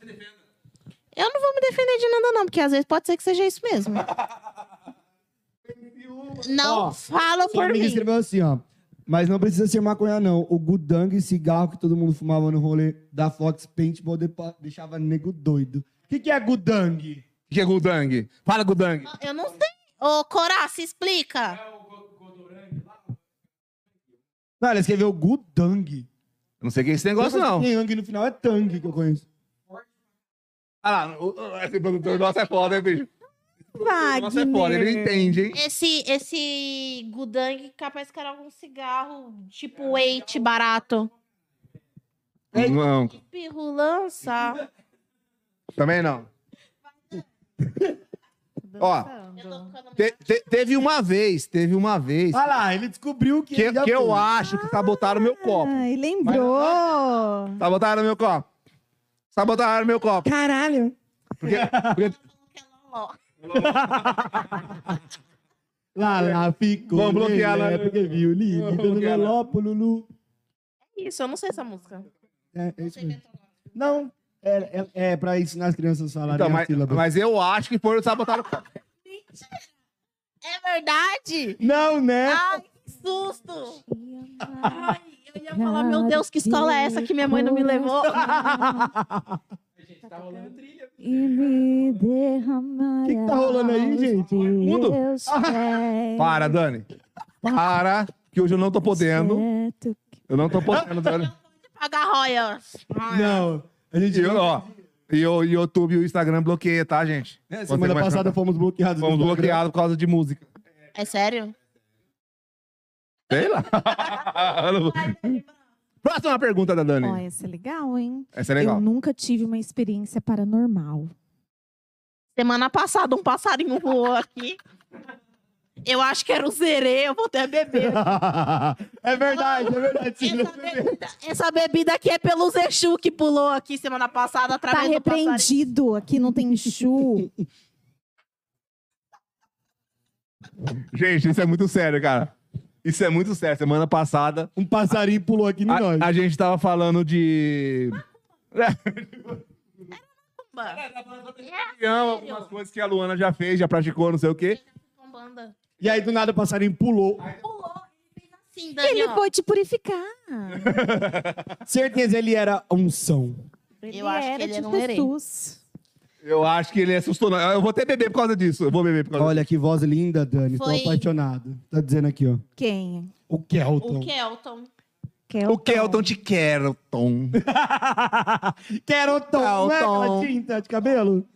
Eu não vou me defender de nada, não, porque às vezes pode ser que seja isso mesmo. Não Ó, fala Sua por amiga mim. escreveu assim, ó. Mas não precisa ser maconha, não. O gudang e cigarro que todo mundo fumava no rolê da Fox Paintball depa- deixava nego doido. O que, que é gudang? O que é Gudang? Fala, Gudang. Eu não sei. Ô, Corá, se explica. Não, ela escreveu gudang. Eu não sei o que é esse negócio, não. Tem ang no final, é tang que eu conheço. Ah lá, o- o- esse produtor nosso é foda, hein, bicho? O nosso é foda, ele Wagner. entende, hein? Esse, esse Gudang capaz que era algum cigarro, tipo weight barato. Não, Pirro lança. também não. Ó, Eu tô ficando muito- Te- te- teve uma vez, teve uma vez Olha lá, ele descobriu que, que, ele já que eu foi. acho que sabotaram meu copo. Ai, lembrou. Sabotaram meu copo. Sabotaram meu copo. Caralho. Porque, porque Ó, Lá, lá, ficou. Vamos bloquear né? lá, né? Porque viu, li, Vamos li, dando bloquear lá. lopo, né? Lulu. Isso, eu não sei essa música. É, é isso mesmo. Não, é, é, é pra ensinar as crianças a falarem Então, as mas, sílabas. mas eu acho que foram sabotar o copo. É verdade? Não, né? Ai, que susto! Ai, eu ia falar, meu Deus, que escola é essa que minha mãe não me levou? E me derramar. O que que tá rolando aí, gente? Mundo? Deus Para, Dani. Para, que hoje eu não tô podendo. Eu não tô podendo, Dani. Pagar royalties. Não. A gente E eu, ó, e o YouTube e o Instagram bloqueia, tá, gente? É, Você semana vai passada um cantar. fomos bloqueados. no fomos Instagram. bloqueados por causa de música. É sério? Sei lá. Próxima pergunta da Dani. Ó, essa é legal, hein? Essa é legal. Eu nunca tive uma experiência paranormal. Semana passada, um passarinho voou aqui. Eu acho que era o zerê, eu vou até beber. é verdade, é verdade. Sim, Essa bebida, essa bebida aqui é pelo Zexu que pulou aqui semana passada Tá através do passarinho. repreendido, aqui não tem chu. Gente, isso é muito sério, cara. Isso é muito sério. Semana passada, Um passarinho pulou aqui em nós. a, a gente tava falando de. Bamba. Algumas coisas que a Luana já fez, já praticou, não sei o quê. Com banda. E aí, do nada, o passarinho pulou. Pulou, ele fez assim, Dani, Ele ó. foi te purificar. Certeza ele era um unção. Eu acho que era ele de era um herê. Jesus. Eu acho que ele assustou. não. Eu vou até beber por causa disso. Eu vou beber por causa Olha que voz linda, Dani. Tô Foi- apaixonado. Tá dizendo aqui, ó. Quem? é O é Kelton. O Kelton. disso. O Kelton de Kelton. Kelton. Não é aquela Kelton. tinta de cabelo?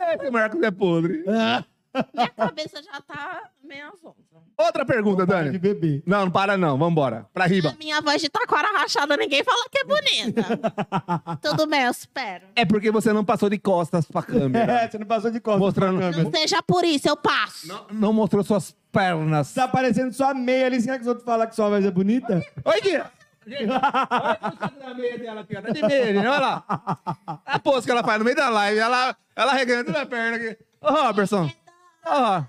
Esse Marcos é podre. Minha cabeça já tá meio avonsa. Outra pergunta, Para de Dani. bebê. Não, não para não. Vambora. Pra A riba. minha voz de taquara rachada, ninguém fala que é bonita. Tudo bem, eu espero. Tá É porque você não passou de costas pra É, câmera. você não passou de costas. Mostrando- pra câmera. Não seja por isso, eu passo. Não, não mostrou suas pernas. Tá aparecendo só a meia ali. Você quer que os outros falam que sua voz é bonita? Olha aqui. Gente, olha na meia dela aqui, ó. Tá de meia, gente. Olha lá. A pose que ela faz no meio da live, ela, ela reganha toda a perna aqui. Ô, Robertson. Ó.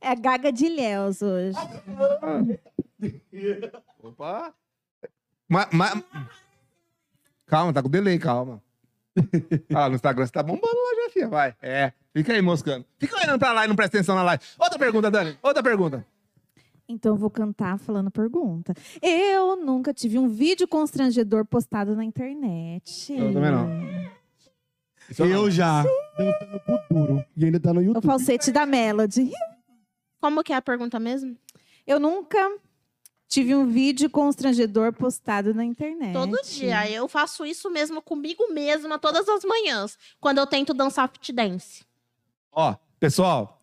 É a Gaga de Léus hoje. Opa. Ma, ma- Calma, tá com delay, calma. Ah, no Instagram você tá bombando lá já, filha. Vai. É. Fica aí moscando. Fica olhando pra lá e não presta atenção na live. Outra pergunta, Dani. Outra pergunta. Então eu vou cantar falando pergunta. Eu nunca tive um vídeo constrangedor postado na internet. Eu também não. Isso eu Eu já. Dançando com um duro. E ainda tá no É O YouTube. falsete da Melody. Como que é a pergunta mesmo? Eu nunca tive um vídeo constrangedor postado na É, internet. Todo dia. Eu faço isso mesmo comigo mesma todas as manhãs. Quando eu tento dançar fit dance. Ó, pessoal,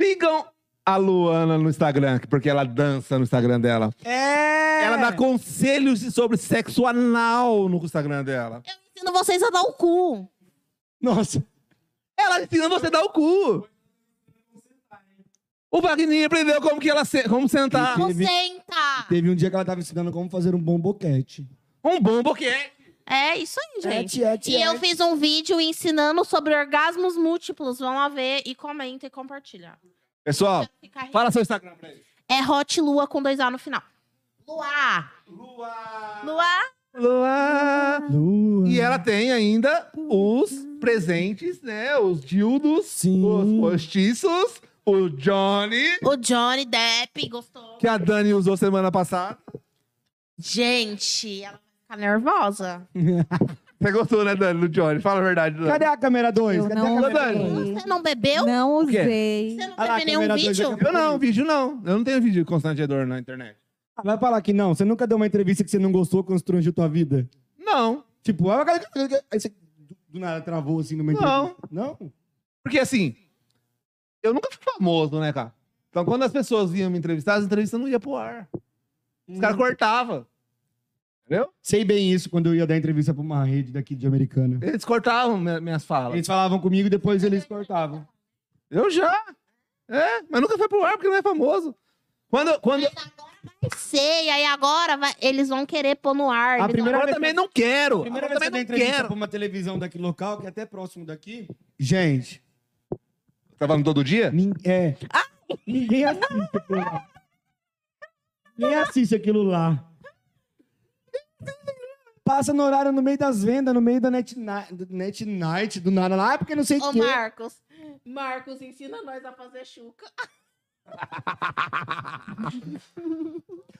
sigam a Luana no Instagram, porque ela dança no Instagram dela. É! Ela dá conselhos sobre sexo anal no Instagram dela. Ensino vocês a dar o cu. Nossa. Ela ensina você a dar o cu. O Wagner aprendeu como que ela se- como sentar. Teve- Senta! Teve um dia que ela tava ensinando como fazer um bom boquete. Um bom boquete. É isso aí, gente. É, tiete, E eu é. fiz um vídeo ensinando sobre orgasmos múltiplos. Vão lá ver e comenta e compartilha. Pessoal, Fica rico. fala seu Instagram pra ele. É Hot Lua com dois A no final. Lua! Lua! Lua! Lua! Lua. E ela tem ainda os presentes, né? Os dildos, Sim. os postiços, o Johnny, O Johnny Depp gostou. que a Dani usou semana passada. Gente, ela vai ficar nervosa. Você gostou, né, Dani, do Johnny? Fala a verdade, Dani. Cadê a câmera 2? Eu Cadê não a câmera Dani? usei. Você não bebeu? Não quê? usei. Você não Ah lá, teve nenhum câmera dois, vídeo? eu- Eu não, vídeo não. Eu não tenho vídeo constrangedor na internet. Ah, Vai falar que não. Você nunca deu uma entrevista que você não gostou, constrangiu tua vida? Não. Tipo, ah, aí você do- do nada travou assim numa Não. entrevista. Não. Não? Porque assim, eu nunca fui famoso, né, cara? Então, quando as pessoas vinham me entrevistar, as entrevistas não iam pro ar. Os caras cortavam. Entendeu? Sei bem isso quando eu ia dar entrevista pra uma rede daqui de americana. Eles cortavam minha- minhas falas. Eles falavam comigo e depois eles cortavam. Eu já. É, mas nunca foi pro ar porque não é famoso. Quando, quando Sei, aí agora vai- eles vão querer pôr no ar. A eles primeira- agora eu também não quero. Primeira Agora vez que eu dei eu também não entrevista pra quero. uma televisão daqui local, que é até próximo daqui. Gente, Tá falando todo dia? nin- é. Ninguém assiste aquilo lá. Ninguém assiste aquilo lá. Passa no horário no meio das vendas, no meio da net, ni- do net night, do nada lá, "Ah, porque não sei o Ô, quê. Marcos. Marcos, ensina nós a fazer chuca.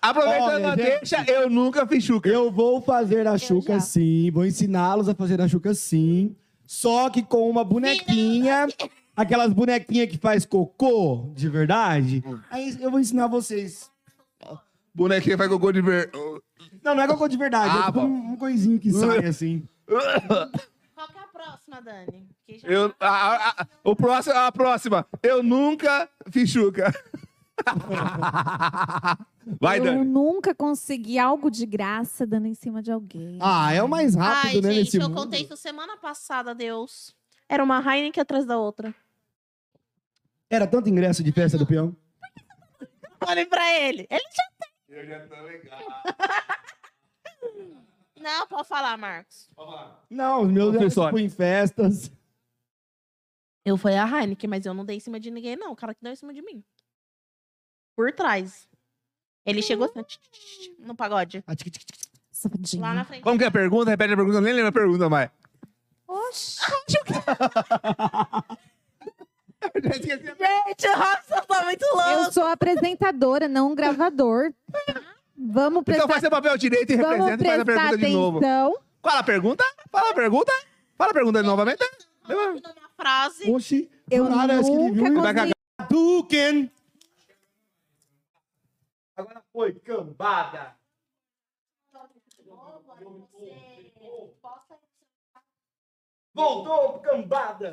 Aproveitando Olha, a gente. deixa, eu nunca fiz chuca. Eu vou fazer a já. Xuca sim, vou ensiná-los a fazer a Xuca sim. Só que com uma bonequinha, aquelas bonequinhas que faz cocô, de verdade. Aí eu vou ensinar vocês. Bonequinha vai cocô de ver. Não, não é cocô de verdade, Ah, é tipo bom. um, um coisinho que sai assim. Qual que é a próxima, Dani? Que já- Eu, a, a- a- o próximo, a próxima. Eu nunca fiz chuca. Vai, eu Dani. nunca consegui algo de graça dando em cima de alguém. Ah, é o mais rápido, Ai, né, gente, nesse eu mundo. contei isso semana passada, Deus. Era uma Heineken atrás da outra. Era tanto ingresso de festa do peão. Olhe pra ele. Ele já... Eu já tô legal. Não, pode falar, Marcos. Não, os meus eram Confessório. tipo em festas. Eu fui a Heineken, mas eu não dei em cima de ninguém, não. O cara que deu em cima de mim. Por trás. Ele chegou assim, tch, tch, tch, tch, no pagode. Ah, tic, tic, tic. Safadinha. Lá na frente. Como que é a pergunta? Repete a pergunta, eu nem lembro a pergunta, mais. Oxi. Eu já esqueci a Gente, o Robson tá muito Eu sou apresentadora, não um gravador. Vamos Então prestar, faz seu papel direito e vamos representa e faz a prestar pergunta de novo. atenção. Fala a pergunta, fala a pergunta, fala a pergunta novamente. numa frase. Oxi, Eu do nada, acho que ele viu nunca e- Vai cagar. consegui. Tuken! Agora foi, cambada. Voltou, cambada.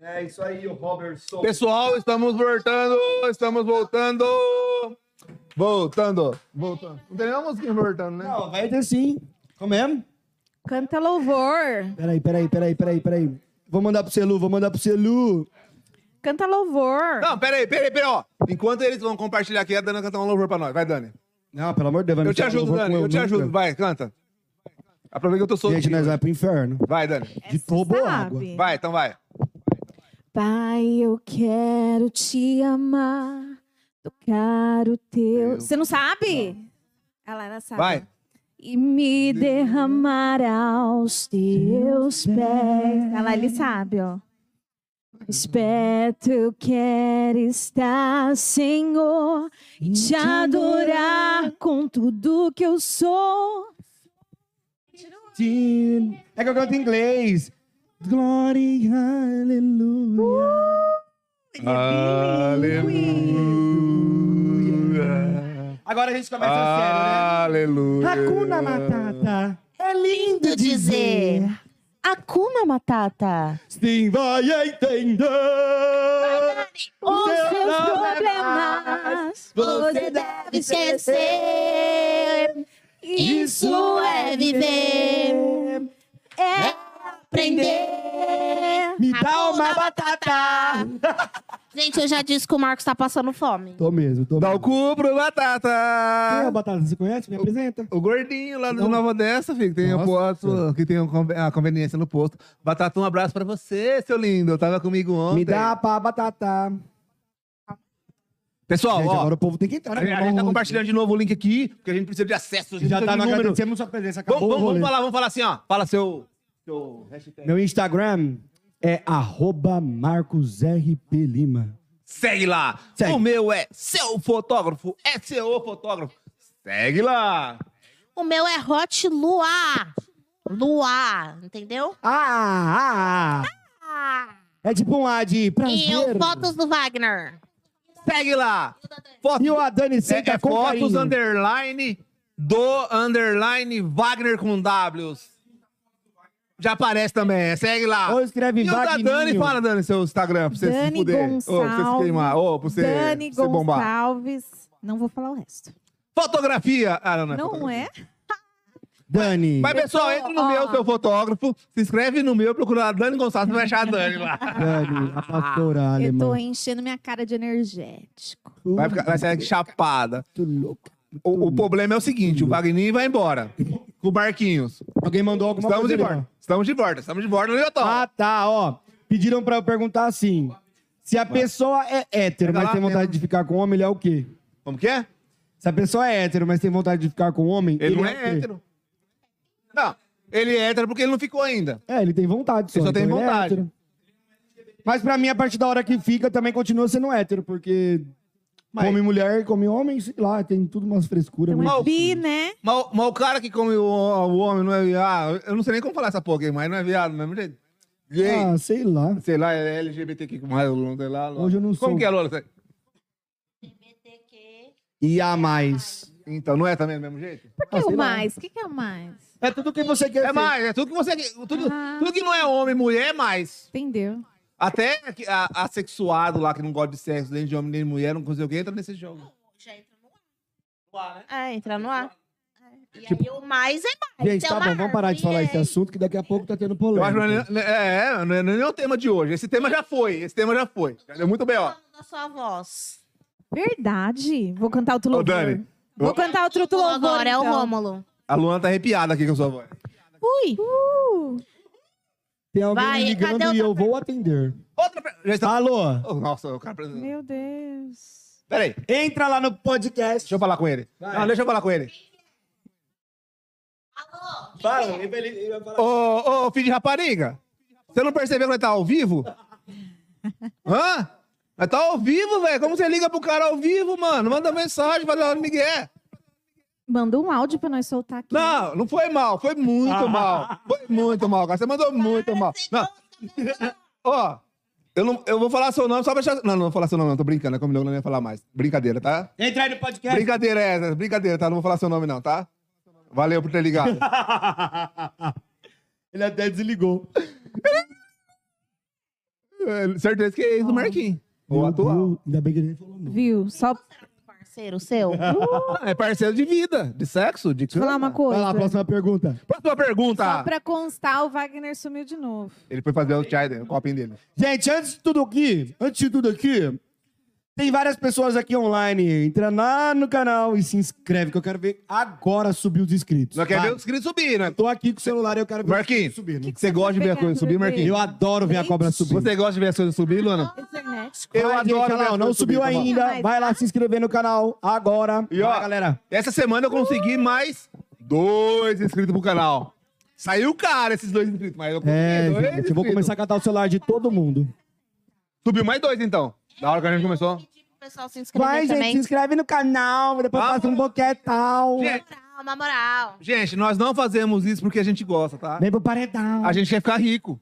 É isso aí, o Robertson. Pessoal, estamos voltando, estamos voltando. Voltando, voltando. Não tem nenhuma musiquinha voltando, né? Não, vai ter sim. Como é? Canta louvor. Peraí, peraí, peraí, peraí, peraí. Vou mandar pro Celu, vou mandar pro Celu. Canta louvor. Não, peraí, peraí, peraí, ó. Enquanto eles vão compartilhar aqui, a Dani cantar um louvor pra nós. Vai, Dani. Não, pelo amor de Deus. vai Eu me te tirar ajudo, louvor Dani, com eu te nunca. ajudo. Vai, canta. Aproveita que eu tô solto. Gente, né? nós vai pro inferno. Vai, Dani. De tobo É, Sabe? água. Vai, então vai. Pai, eu quero te amar, tocar o teu. Eu- Você não sabe? Ela era sabe. Vai. E me derramar aos teus pés. Ela ele sabe, ó. Esperto quer estar, Senhor, e te adorar com tudo que eu sou. Sim. É que eu canto em inglês. Glória, aleluia. Aleluia. Agora a gente começa né? Tá Aleluia. Hakuna Matata. É lindo Akuna Matata. Sim, vai entender. Os Seus seus problemas problemas você é você deve deve esquecer. Isso é viver, é aprender. Me dá uma batata. Gente, eu já disse que o Marcos tá passando fome. Tô mesmo, tô Dá o mesmo. cu pro Quem é o Batata! Batata? Você conhece? Me apresenta. O gordinho lá no Não. Nova Odessa, filho, que tem o Nossa. posto, que tem um conven- a conveniência no posto. Batata, um abraço pra você, seu lindo. Tava comigo ontem. Me dá pra batata. Pessoal, gente, ó, agora o povo tem que entrar. a né? gente a gente tá compartilhando de novo o link aqui, porque a gente precisa de acesso. a gente Já precisa tá de no um número. agradecemos sua presença. Vamos, Acabou vamos, o rolê. vamos falar, vamos falar assim, ó. Fala seu, seu hashtag. Meu Instagram é arroba marcosrplima. Segue lá. Segue. O meu é seu fotógrafo, é seu fotógrafo. Segue lá. O meu é Hot Luar. Luar, entendeu? Ah, ah, ah. Ah, É tipo um A de e prazer. eu, fotos do Wagner. Segue lá. Foto, E o Adani senta é, é com fotos carinho. underline do underline Wagner com Ws. Já aparece também. é. Segue lá. Ou escreve e o da Wagninho. Dani, fala, Dani, seu Instagram, pra você se Dani fuder. Gonçalves. Ou pra você se queimar. Ou pra você, Dani pra você bombar. Gonçalves. Não vou falar o resto. Fotografia. Ah, não, não é Não fotografia. é? Dani. Mas, pessoal, entra no Ó. meu, seu fotógrafo, se inscreve no meu, procura lá Dani Gonçalves, vai achar a Dani lá. Dani, a pastora Eu alemã. tô enchendo minha cara de energético. Vai, ficar, vai sair chapada. Muito louco. O, o problema é o seguinte, o Wagninho vai embora. Com o Marquinhos. Alguém mandou alguma Estamos de coisa? ali, volta. Estamos de volta. Estamos de volta no ó? Leotão. Ah, tá, ó. Pediram pra eu perguntar assim. Se a pessoa é hétero, Pega mas lá, tem vontade pega. de ficar com homem, ele é o quê? Como que é? Se a pessoa é hétero, mas tem vontade de ficar com homem, Ele, não é, o quê? hétero. Não, ele é hétero porque ele não ficou ainda. É, ele tem vontade só. Ele só tem então é vontade. hétero. Mas pra mim, a partir da hora que fica, também continua sendo hétero, porque Mas- come mulher, come homem, sei lá, tem tudo umas frescuras. Então muito- Mal- é bi, né? Mas, o- mas o cara que come o, o homem não é viado. Eu não sei nem como falar essa porra aqui, mas não é viado do mesmo jeito. Gay, Ah, sei lá. sei lá, é LGBTQ, não sei lá. Lola. Hoje eu não Como sou. que é, Lola? E a mais. Então, não é também do mesmo jeito? Por que Ah, sei o lá. mais? O que, que é o mais? É tudo que você quer É ser. mais, é tudo que você. Tudo, Ah. tudo que não é homem e mulher é mais. Entendeu? Até que a- assexuado lá que não gosta de sexo, nem de homem nem de mulher, não consegue entra nesse jogo. Já entra no ar. É, entra no ar. E aí o mais é mais. Tipo, Gente, é tá uma bom, vamos parar de árvore, falar esse é. assunto, que daqui a pouco tá tendo Eu acho que polêmica. não é, nem- é, é, não é nem o tema de hoje. Esse tema já foi. Esse tema já foi. Já deu muito bem, ó. Falando Da sua voz. Verdade. Vou cantar outro Ô, louvor. Dani. Vou cantar outro O louvor, agora é o então. Rômulo. A Luana tá arrepiada aqui com a sua voz. Ui! Tem alguém Vai, me ligando cadê outra e eu vou atender. Outra. per- Já está... Alô? Oh, nossa, o cara. precisa- Meu Deus. Peraí, Entra lá no podcast. deixa eu falar com ele. Não, deixa eu falar com ele. Fala, ele vai falar. Ô, ô, filho de rapariga, você não percebeu que nós tá ao vivo? Hã? Nós tá ao vivo, velho. Como você liga pro cara ao vivo, mano? Manda mensagem pra dar o é. Miguel. Manda um áudio pra nós soltar aqui. Não, não foi mal. Foi muito mal. Foi muito mal, cara. Você mandou muito mal. Não. Ó, eu, não, eu vou falar seu nome só pra... achar- Não, não vou falar seu nome, não. Tô brincando. É como eu não ia falar mais. Brincadeira, tá? Entra aí no podcast. Brincadeira é essa. Brincadeira, tá? Não vou falar seu nome, não, tá? Valeu por ter ligado. ele até desligou. É, Certeza que é ex do Marquinhos. Ou Meu atual. Deus, Ainda bem que ele nem falou não. Viu? Só pra Um Parceiro seu. Ah, É parceiro de vida, de sexo, de cama. falar uma coisa. Vai é. lá, próxima pergunta. Próxima Só pergunta. pra constar, o Wagner sumiu de novo. Ele foi fazer o chai, dele, o copinho dele. Gente, antes de tudo aqui, antes de tudo aqui, tem várias pessoas aqui online. Entra lá no canal e se inscreve, que eu quero ver agora subir os inscritos. Não quer Vai. ver os inscritos subir, né? Tô aqui com o celular e eu quero ver Marquinhos, os inscritos subindo. Você tá gosta de ver a coisa subir, Eu né? Marquinhos? adoro ver a cobra subir. Você gosta de ver as coisas subir, Luana? Internet. Eu Vai, gente, adoro olha ver as lá, não coisas subiu subir, tá bom? ainda. Mas- Vai lá se inscrever no canal agora. E ó, Vai, galera. Essa semana eu consegui mais dois inscritos pro canal. Saiu caro esses dois inscritos, mas eu consegui É, dois gente, eu vou inscritos. começar a catar o celular de todo mundo. Subiu mais dois, então. Da hora que a gente começou. Pedir pro pessoal se inscrever Vai, gente, também. se inscreve no canal, depois Vamos. passa um boquetão. Gente, Moral, uma moral. gente, nós não fazemos isso porque a gente gosta, tá? Vem pro paredão. A gente quer ficar rico.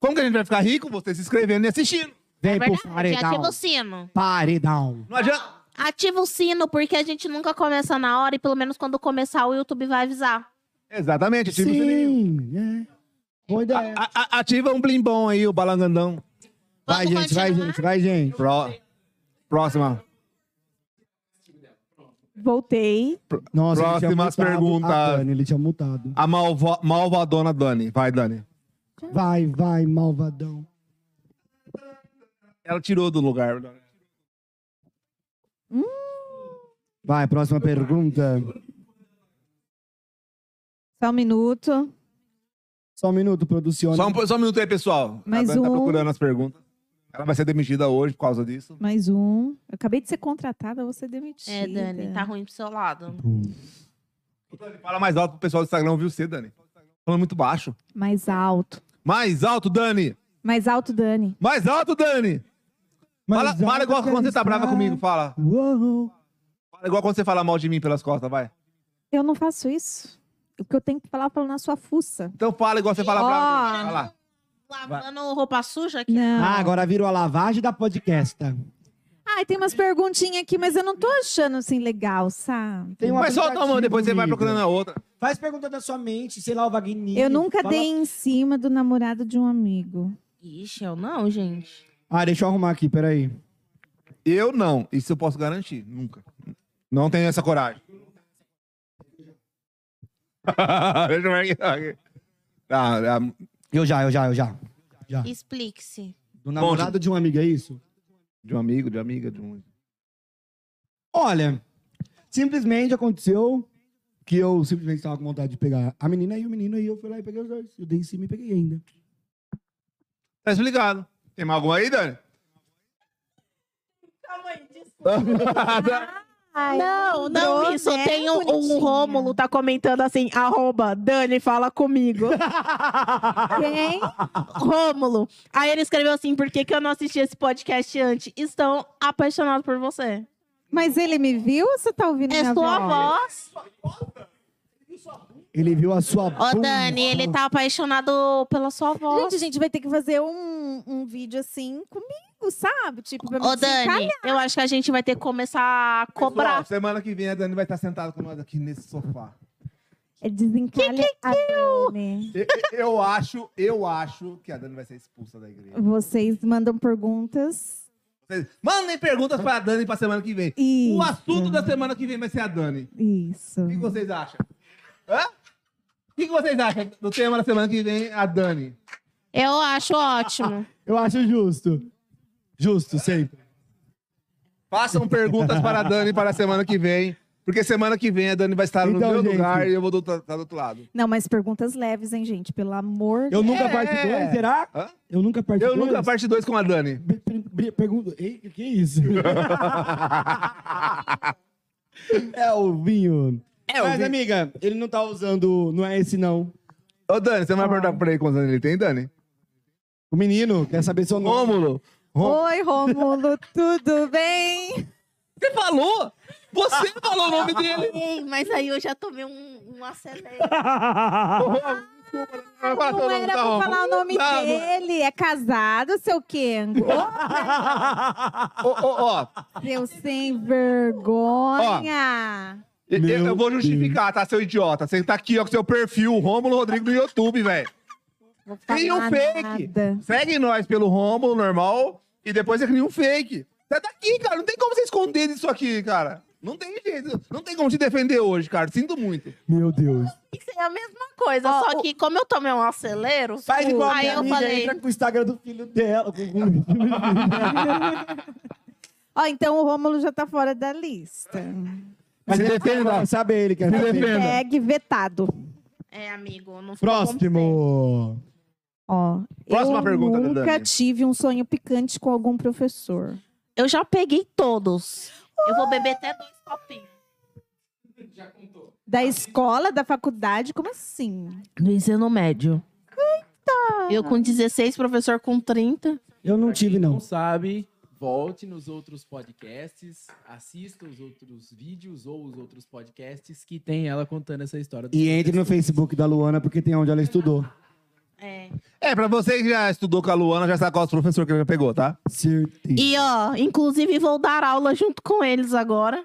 Como que a gente vai ficar rico? Você se inscrevendo e assistindo. Vem É pro verdade, ativa paredão. o sino. Paredão. Não adianta. Ativa o sino, porque a gente nunca começa na hora e pelo menos quando começar o YouTube vai avisar. Exatamente, ativa o sininho. Sim, é. Boa ideia. A- a- ativa um blimbom aí, o balangandão. Vai, Vamos gente, vai, continuar? gente, vai, gente. Pró- Próxima. Voltei. Nossa, ele tinha Próximas mutado a perguntas. Dani, ele tinha mutado. A malva- malvadona Dani. Vai, Dani. Vai, vai, malvadão. Ela tirou do lugar. Vai, próxima pergunta. Só um minuto. Só um minuto, producione. Só um, só um minuto aí, pessoal. Mais a Dani tá um. procurando as perguntas. Ela vai ser demitida hoje por causa disso. Mais um. Eu acabei de ser contratada, vou ser demitida. É, Dani, tá ruim pro seu lado. Ô, Dani, fala mais alto pro pessoal do Instagram ouvir você, Dani. Falando muito baixo. Mais alto. Mais alto, Dani! Mais alto, Dani. Mais alto, Dani! Mas fala, fala alto igual quando quero você tá brava estar. comigo, fala. Uou. Fala igual quando você fala mal de mim pelas costas, vai. Eu não faço isso. O que eu tenho que falar, eu falo na sua fuça. Então fala igual você fala Ó. brava. Fala lá. Lavando roupa suja aqui. Não. Ah, agora virou a lavagem da podcast. Ai, tem umas perguntinhas aqui, mas eu não tô achando assim legal, sabe? Tem um Mas solta uma, aplicativo, depois você vai amiga. procurando a outra. Faz pergunta da sua mente, sei lá, o Wagner. Eu nunca Fala- dei em cima do namorado de um amigo. Ixi, eu não, gente. Ah, deixa eu arrumar aqui, peraí. Eu não, isso eu posso garantir, nunca. Não tenho essa coragem. Deixa eu ver aqui. Tá, tá, Eu já, eu já, eu já. já. Explique-se. Do namorado de um amigo, é isso? de um amigo, de uma amiga, de um. Olha, simplesmente aconteceu que eu simplesmente estava com vontade de pegar a menina e o menino, e eu fui lá e peguei os dois. Eu dei em cima e peguei ainda. Tá explicado. Tem mais alguma aí, Dani? Ai, Não, não, lembrou, isso. né, Tem um, bonitinha? um Rômulo tá comentando assim, arroba, Dani, fala comigo. Quem? Rômulo. Aí ele escreveu assim, por que, que eu não assisti esse podcast antes? Estão apaixonados por você. Mas ele me viu ou você tá ouvindo É minha sua voz. Ele viu a sua. Ô, Dani, ele tá apaixonado pela sua voz. Gente, a gente vai ter que fazer um, um vídeo assim comigo, sabe? Tipo, pra Ô, me desencalhar. Dani, eu acho que a gente vai ter que começar a cobrar. Pessoal, semana que vem a Dani vai estar sentada com nós aqui nesse sofá. É desencalha a Dani. Eu, eu acho, eu acho que a Dani vai ser expulsa da igreja. Vocês mandam perguntas Vocês Mandem perguntas pra Dani pra semana que vem. e... O assunto da semana que vem vai ser a Dani. Isso. O que vocês acham? Hã? O que vocês acham do tema da semana que vem, a Dani? Eu acho ótimo. Eu acho justo. Justo, sempre. Façam perguntas para a Dani para a semana que vem. Porque semana que vem a Dani vai estar no Então, meu gente. lugar e eu vou do- tá- tá do outro lado. Não, mas perguntas leves, hein, gente? Pelo amor Eu de nunca É. parte dois, será? Hã? Eu nunca parte Eu dois? nunca parte 2 com a Dani. Be- per- bri- Pergunto. Ei, o que é isso? é o vinho. É, Mas, Ô, amiga, ele não tá usando. Não é esse, não. Dani, você não vai perguntar pra ele quantos anos ele tem, Dani? O menino quer saber seu nome. Rômulo! Oi, Romulo, tudo bem? Você falou! Você falou o nome dele! Ei, mas aí eu já tomei um, um acelero. Não Não era tá pra falar o nome dele. É casado, seu Kengo. Ó, ó, ó. Seu sem vergonha. Eu, eu Meu vou justificar, tá, seu idiota? Você tá aqui, ó, com seu perfil, Rômulo Rodrigo no YouTube, velho. Vou Cria um falar fake. Tá nada. Segue nós pelo Rômulo normal e depois você cria um fake. Você tá aqui, cara. Não tem como você esconder isso aqui, cara. Não tem jeito. Não tem como te defender hoje, cara. Sinto muito. Meu Deus. Isso é a mesma coisa, Ó, só o- que como eu tomei um acelero, Faz igual a aí minha eu amiga, falei, entra com o Instagram do filho dela. com- com- Ó, então o Rômulo já tá fora da lista. Mas Se ele defenda. quer saber, ele é assim? quer saber. Segue vetado. é amigo, não ficou como Próximo. Ó, Próxima eu pergunta, né, nunca Dani? tive um sonho picante com algum professor. você. Eu já peguei todos. Eu vou beber até dois copinhos. Da escola, da faculdade, como assim? No ensino médio. Eita! Eu com 16, professor com 30. Eu não Pra quem tive, não. Não sabe, volte nos outros podcasts, assista os outros vídeos ou os outros podcasts que tem ela contando essa história. do E entre no Facebook da Luana, porque tem onde ela estudou. É. É, pra você que já estudou com a Luana, já sabe qual os professor que ela pegou, tá? Certeza. E ó, inclusive vou dar aula junto com eles agora.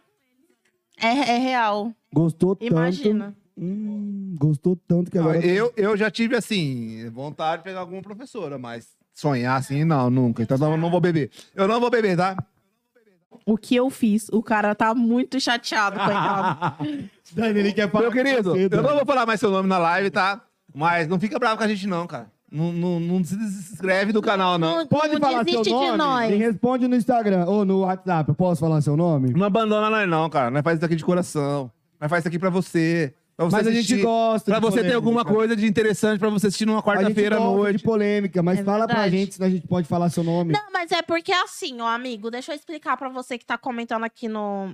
É, é real. Gostou tanto. Imagina. Hum, gostou tanto que agora. eu, eu já tive, assim, vontade de pegar alguma professora, mas sonhar assim, não, nunca. Então eu não vou beber. Eu não vou beber, tá? O que eu fiz? O cara tá muito chateado, coitado. Dani, ele quer falar. Meu com querido, você, eu Dani. não vou falar mais seu nome na live, tá? Mas não fica bravo com a gente, não, cara. Não, não, não se inscreve do canal, não. Não, Pode não falar seu desiste nome? de nós. Me responde no Instagram ou no WhatsApp. Eu posso falar seu nome? Não abandona nós, não, cara. Nós faz isso aqui de coração. Nós faz isso aqui pra você. Pra você Mas a assistir. gente gosta. Pra de você ter polêmica. alguma coisa de interessante pra você assistir numa A gente quarta-feira à gosta noite. De polêmica, mas É fala pra verdade. gente, senão a gente pode falar seu nome. Não, mas é porque assim, ó, amigo, deixa eu explicar pra você que tá comentando aqui no,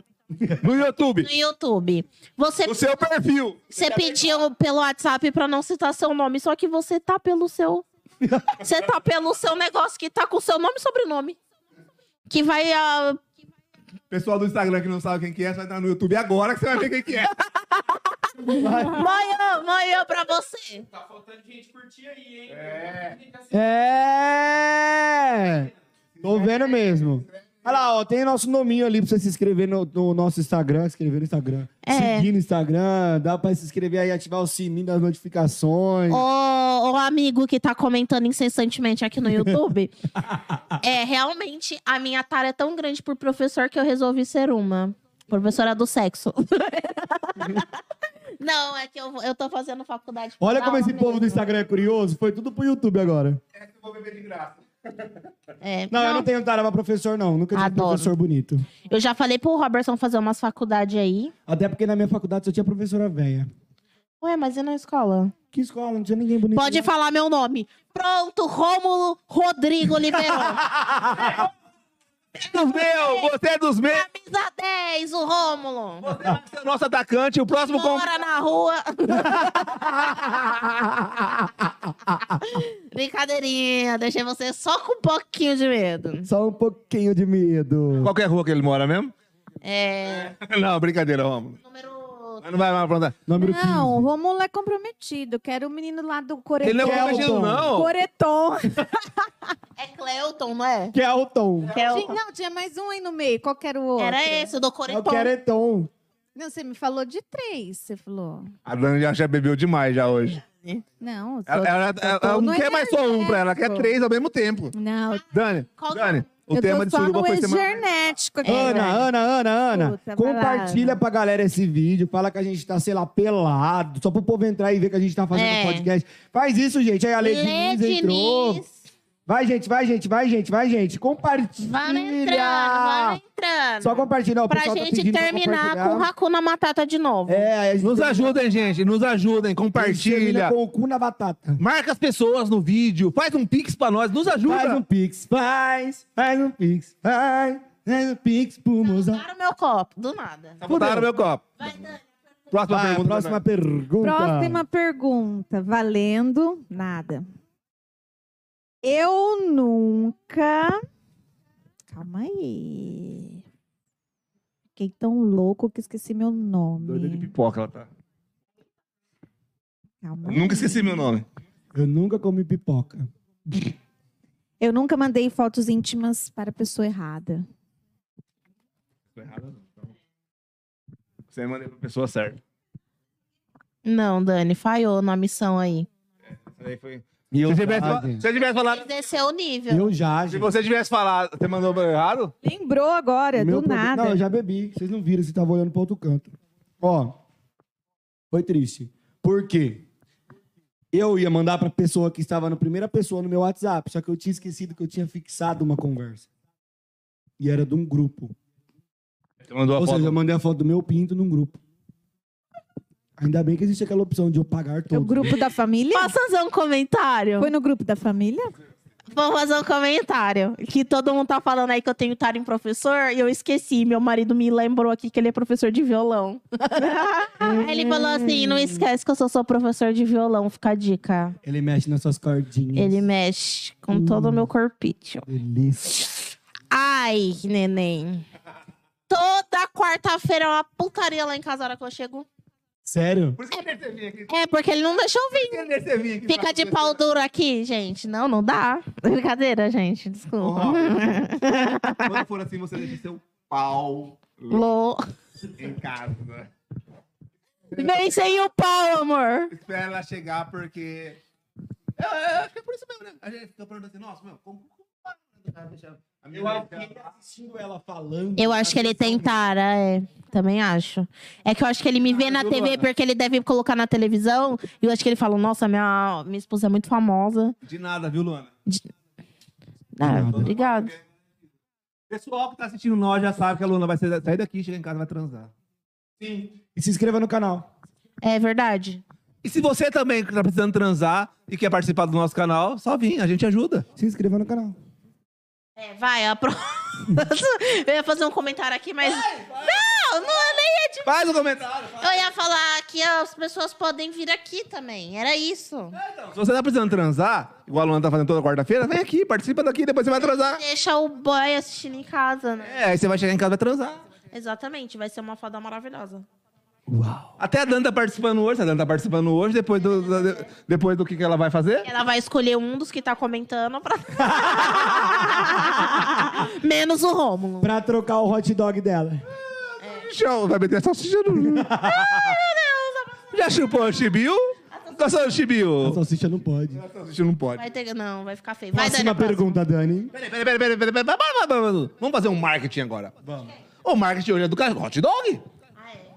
No YouTube. no YouTube. Você, No seu perfil. você pediu pelo WhatsApp pra não citar seu nome, só que você tá pelo seu. você tá pelo seu negócio que tá com seu nome e sobrenome. Que vai. ah, Pessoal do Instagram que não sabe quem que é, você vai entrar no YouTube agora que você vai ver quem que é. Amanhã, amanhã pra você. Tá faltando gente curtir aí, hein? É. É! Tô vendo mesmo. Olha lá, ó, tem nosso nominho ali pra você se inscrever no, no nosso Instagram. Se inscrever no Instagram. É. Seguir no Instagram. Dá pra se inscrever aí, ativar o sininho das notificações. Ô, ô amigo que tá comentando incessantemente aqui no YouTube. é, realmente, a minha tara é tão grande por professor que eu resolvi ser uma. Professora do sexo. Não, é que eu, eu tô fazendo faculdade. pra Olha dar como aula esse povo do mesmo. Instagram é curioso. Foi tudo pro YouTube agora. Eu vou beber de graça. É, Não, não, eu não tenho tarava professor, não. Nunca tive Adoro. professor bonito. eu já falei pro Robertson fazer umas faculdades aí. Até porque na minha faculdade só tinha professora velha. Ué, mas e na escola? Que escola, não tinha ninguém bonito. né? Pode não. falar meu nome. Pronto, Rômulo Rodrigo liberou. é Dos meus, você é dos meus. Camisa 10, o Rômulo. Você vai ser o nosso atacante. O próximo com... Mora na rua. Brincadeirinha, deixei você só com um pouquinho de medo. Só um pouquinho de medo. Qual que é a rua que ele mora mesmo? É. Não, brincadeira, Romulo. Número. Mas Não vai mais aprontar. Número 15. Não, o Romulo é comprometido. Quero o menino lá do Coreton. Ele não é comprometido, não. Coreton. É Cleuton, não é? Que é o Tom. Tinha- Cleuton. Não, tinha mais um aí no meio. Qual que era o outro? Era esse, o do É o Coreton. Quereton. Não, você me falou de três, você falou. A Dani já, já bebeu demais já hoje. Não, os Ela, outros- ela- ela- ela não no quer mais só um pra ela, ela quer três ao mesmo tempo. Não, Dani, Qual- Dani, o é? eu tema tô de só suruba no foi semana... exernético aqui. né? Ana, Ana, Ana, Ana. É, Puta, vai lá, compartilha Ana. pra galera esse vídeo. Fala que a gente tá, sei lá, pelado. Só pro povo entrar e ver que a gente tá fazendo É. podcast. Faz isso, gente. Aí a Lady Diniz entrou. Lediniz. Vai, gente, vai, gente, vai, gente, vai, gente. Compartilha. Vamos entrando, vamos entrando. Só compartilha. Ó, o pra pessoal tá gente pedindo pra terminar compartilhar. com o Hakuna Matata de novo. É, a gente Nos termina- ajudem, gente, nos ajudem, a gente compartilha. termina com o cu na batata. Marca as pessoas no vídeo, faz um pix pra nós, nos ajuda. Faz um pix, faz. Faz um pix, faz. Faz um pix pro mozão. Para o meu copo, do nada. Botaram Tá meu copo. Vai, Dani. Próxima Vai, pergunta. né? próxima Dani. pergunta. Próxima pergunta. Valendo nada. Eu nunca. Calma aí. Fiquei tão louco que esqueci meu Doida de nome. pipoca ela tá. Calma aí. Nunca esqueci meu nome. Eu nunca comi pipoca. Eu nunca mandei fotos íntimas para a pessoa errada. Tô errado, não. Então, Você mandei pra pessoa certa. Não, Dani, falhou na missão aí. Isso aí foi- E Se eu eu já, tivesse, fal- gente. se eu tivesse falado. Desceu o nível. Eu já, Se gente. você tivesse falado, você mandou errado? Lembrou agora, Meu É, do problema- nada. Não, eu já bebi. Vocês não viram, você tava olhando para outro canto. Ó, foi triste. Por quê? Eu ia mandar pra pessoa que estava na primeira pessoa no meu WhatsApp, só que eu tinha esquecido que eu tinha fixado uma conversa. E era de um grupo. Você mandou a Ou foto. seja, eu mandei a foto do meu pinto num grupo. Ainda bem que existe aquela opção de eu pagar É o todos. grupo da família? Posso fazer um comentário? Foi no grupo da família? Vou fazer um comentário. Que todo mundo tá falando aí que eu tenho tara em professor e eu esqueci. Meu marido me lembrou aqui que ele é professor de violão. aí ele falou assim: não esquece que eu sou seu professor de violão, fica a dica. Ele mexe nas suas cordinhas. Ele mexe com todo o meu corpite. Delícia. Ai, neném. Toda quarta-feira é uma putaria lá em casa a hora que eu chego. Sério? Por isso que eu deixei vir aqui. É, porque ele não deixou eu vir. Por isso que eu deixei vir aqui Fica pra de você. pau duro aqui, gente. Não, não dá. Brincadeira, gente. Ô, Desculpa. Robert, Quando for assim, você deixa seu pau Lô. em casa. Vem sem o pau, amor. Espera ela chegar, é, porque. Eu, eu acho que é por isso mesmo, né? A gente fica perguntando assim, nossa, meu, como como o cara deixa Eu acho que ele assistindo ela falando. Eu acho que ele tem tara, é. Também acho. É que eu acho que ele me vê na viu, TV Luana? porque ele deve colocar na televisão. E eu acho que ele fala, nossa, minha, minha esposa é muito famosa. De nada, viu, Luana? Ah, nada. obrigado. Pessoal que tá assistindo nós já sabe que a Luana vai ser- sair daqui, chegar em casa e vai transar. E se inscreva no canal. É verdade. E se você também que tá precisando transar e quer participar do nosso canal, só vim, a gente ajuda. Se inscreva no canal. É, vai, a próxima. eu ia fazer um comentário aqui, mas. Não, não, eu nem ia te... Faz o comentário. Eu ia falar que as pessoas podem vir aqui também. Era isso. Se você tá precisando transar, igual a Luana tá fazendo toda quarta-feira, vem aqui, participa daqui, depois você vai transar. Deixa o boy assistindo em casa, né? É, aí você vai chegar em casa e vai transar. Exatamente, vai ser uma foda maravilhosa. Até a Dana tá participando hoje, a Dana tá participando hoje, depois do, do- de- depois do que, que ela vai fazer. Ela vai escolher um dos que tá comentando pra. Menos o Rômulo. Pra trocar o hot dog dela. Show, vai meter salsicha no... Já chupou o chibiu? Gostou do A chibiu? salsicha não pode. Salsicha não pode. Vai ter... Não, vai ficar feio. Vai, Próxima Dani. próxima. pergunta, Dani. Peraí, peraí, peraí, peraí, peraí, peraí, peraí, peraí, peraí, peraí. Vamos fazer um marketing agora. Vamos. O marketing hoje é do cara- hot dog.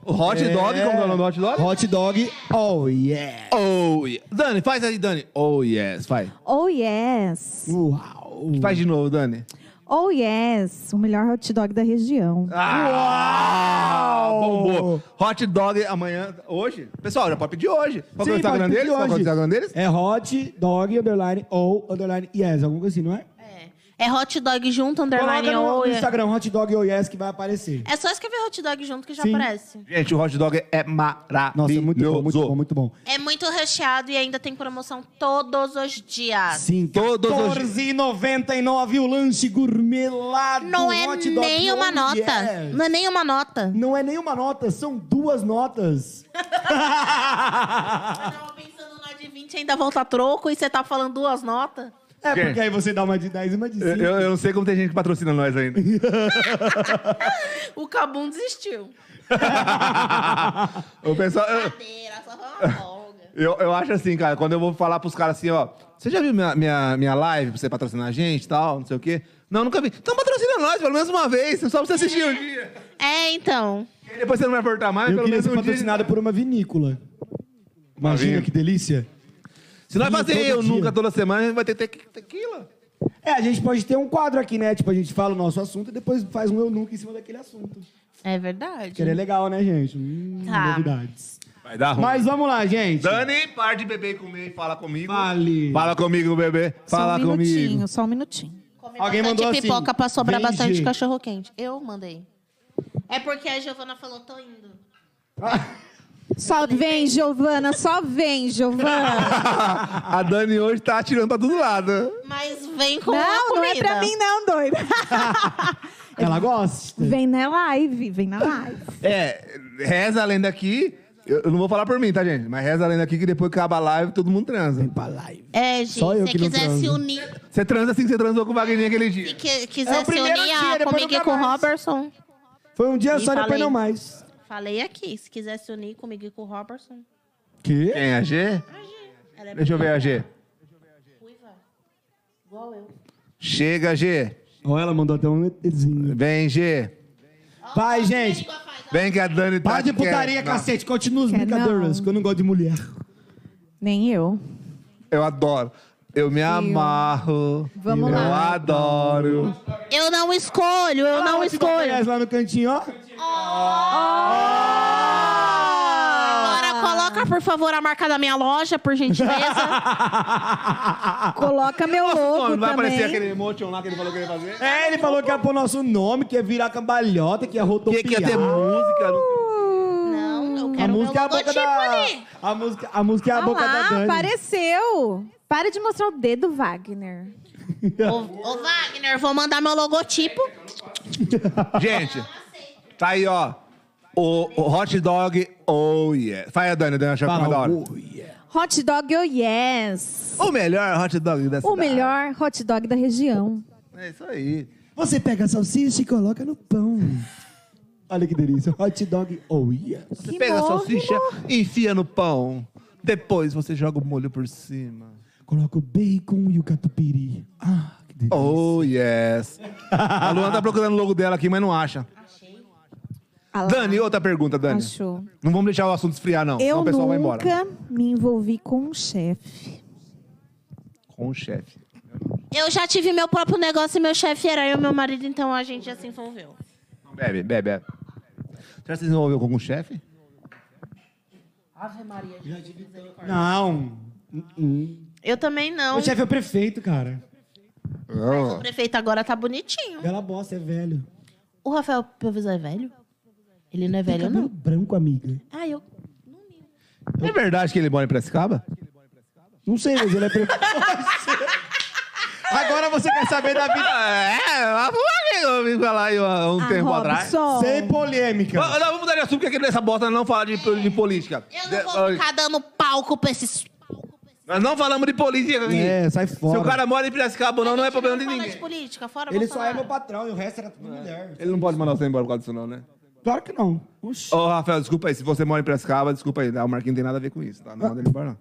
O hot dog, como é o nome do hot dog? Hot dog, oh yeah. Oh, yeah. Dani, faz aí, Dani. Oh, yes, faz. Oh yes! Uau. Faz de novo, Dani. Oh yes! O melhor hot dog da região. Ah, Bombou. Hot dog amanhã, hoje. Pessoal, já pode pedir hoje. Qual que é o Sim, Instagram pode pedir deles? Qual que é o hoje. Instagram deles? É hot dog, underline, ou underline, yes. Alguma coisa assim, não é? É. É hot dog junto, underline oh, Coloca no, ou. no Instagram, hot dog, ou yes, que vai aparecer. É só escrever hot dog junto que já Sim. aparece. Gente, o hot dog é maravilhoso. Nossa, muito bom, muito bom, muito bom. É muito recheado e ainda tem promoção todos os dias. Sim, Todos os dias. 14,99 o lanche gourmet lá do Não é hot dog, nem uma oh, nota. yes. Não é nem uma nota. Não é nem uma nota, são duas notas. Eu tava pensando na de 20 ainda volta troco e você tá falando duas notas. É Gente. porque aí você dá uma de 10 e uma de 5. Eu, eu não sei como tem gente que patrocina nós ainda. O Cabum desistiu. o pessoal, Ah. eu, Cadeira, só foi uma folga. eu, eu acho assim, cara, quando eu vou falar pros caras assim, ó, você já viu minha, minha, minha live pra você patrocinar a gente e tal, não sei o quê? Não, nunca vi. Então patrocina nós, pelo menos uma vez, só pra você assistir um dia. É, então. E aí depois você não vai voltar mais, Eu pelo queria menos ser um dia. é patrocinado por uma vinícola. Imagina vinho. que delícia. Se nós Vinha fazer todo eu dia. nunca toda semana, a gente vai ter tequi- tequila. É, a gente pode ter um quadro aqui, né? Tipo, a gente fala o nosso assunto e depois faz um eu nunca em cima daquele assunto. É Que é verdade. legal, né, gente? Hum, Tá. Novidades. Vai dar ruim. Mas vamos lá, gente. Dani, para de beber e comer e fala comigo. Fale. Fala comigo, bebê. Fala só um minutinho, comigo. só um minutinho. Comi Alguém bastante mandou assim, pipoca pra sobrar "Vem, bastante gente." cachorro quente. Eu mandei. É porque a Giovana falou, tô indo. Só vem, Giovana, só vem, Giovana. A Dani hoje tá atirando pra todo lado. Mas vem com a Não, comida. não é pra mim não, doida. Ela gosta? Vem na live, vem na live. É, reza a lenda aqui. Eu eu não vou falar por mim, tá, gente? Mas reza a lenda aqui que depois que acaba a live, todo mundo transa. Pra live. É, gente, Só eu se que não quiser se transo. unir, Você transa assim que você transou com o Wagner aquele se dia. que- É quiser o se primeiro dia, unir a depois comigo nunca e com o mais. Robertson. Foi um dia Ih, só, depois falei. não mais. Falei aqui, se quiser se unir comigo e com o Robertson. Quê? Quem? A G? Ela é Deixa eu ver a G. ruiva. Igual eu. Chega, G. Ó, ela mandou até um ETzinho. Vem, G. Vai, gente. Vem que a Dani tá... Para de putaria, Não, cacete. Continua as Quer brincadeiras, não? que eu não gosto de mulher. Nem eu. Eu adoro. Eu me amarro. Vamos eu lá. adoro. Eu não escolho, eu não Olha, ficou escolho. Goiás lá no cantinho, ó. Agora coloca, por favor, a marca da minha loja, por gentileza. Coloca meu Ô, logo não vai aparecer também. aquele emotion lá que ele falou que ia fazer? É, ele falou que ia pôr nosso nome, que ia virar cambalhota, que ia rodopiar. Que, que ia ter música. não, eu a quero meu música é a boca logotipo da... ali. A música, a música é a Olha boca da Tá lá, Dani. apareceu. Para de mostrar o dedo, Wagner. Ô, ô, Wagner, vou mandar meu logotipo. Gente, tá aí, ó. O, o hot dog, oh yeah. Sai a Dani, Dani, achou que Fala, é da hora. oh, yeah. Hot dog, oh yes. O melhor hot dog da cidade. O melhor hot dog da região. É isso aí. Você pega a salsicha e coloca no pão. Olha que delícia. Hot dog, oh yeah. Você Que pega a novo. salsicha, enfia no pão. Depois você joga o molho por cima. Coloca o bacon e o catupiry. Ah, que delícia. Oh, yes. A Luana tá procurando o logo dela aqui, mas não acha. Ah lá, Dani, outra pergunta, Dani. Achou. Não vamos deixar o assunto esfriar, não. senão Eu o pessoal vai embora. nunca me envolvi com um chefe. Com o chefe. Eu já tive meu próprio negócio e meu chefe era eu e meu marido, então a gente já se envolveu. Bebe, bebe, bebe. Já se desenvolveu com algum chefe? Ave Maria, Jesus. Não. Hum. Eu também não. O chefe é o prefeito, cara. O prefeito agora tá bonitinho. Bela bosta, é velho. O Rafael Provisor é velho? Ele não é velho, Cabelo não. branco, amiga. Ah, eu. É verdade que ele mora em Prescaba? Não sei, mas ele é prefeito. Agora você quer saber da vida. É, eu ouvi falar aí há um Ah, tempo atrás. Robson. Sem polêmica. Ah, Não, vamos mudar de assunto, porque aqui nessa bosta não fala de, de política. Eu De- não vou ficar dando palco pra esses. Nós não falamos de política aqui. É, sai Se fora. o cara mora em Piracicaba ou não, não é Gente, problema de fala ninguém. política, fora Ele só é meu Bolsonaro. patrão e o resto era tudo mulher. Ele não pode mandar você embora por causa disso, não, né? Claro que não. Oxi. Ô, Rafael, desculpa aí. Se você mora em Piracicaba, desculpa aí. tá? O Marquinhos não tem nada a ver com isso, tá? Ah. Não manda ele embora, não.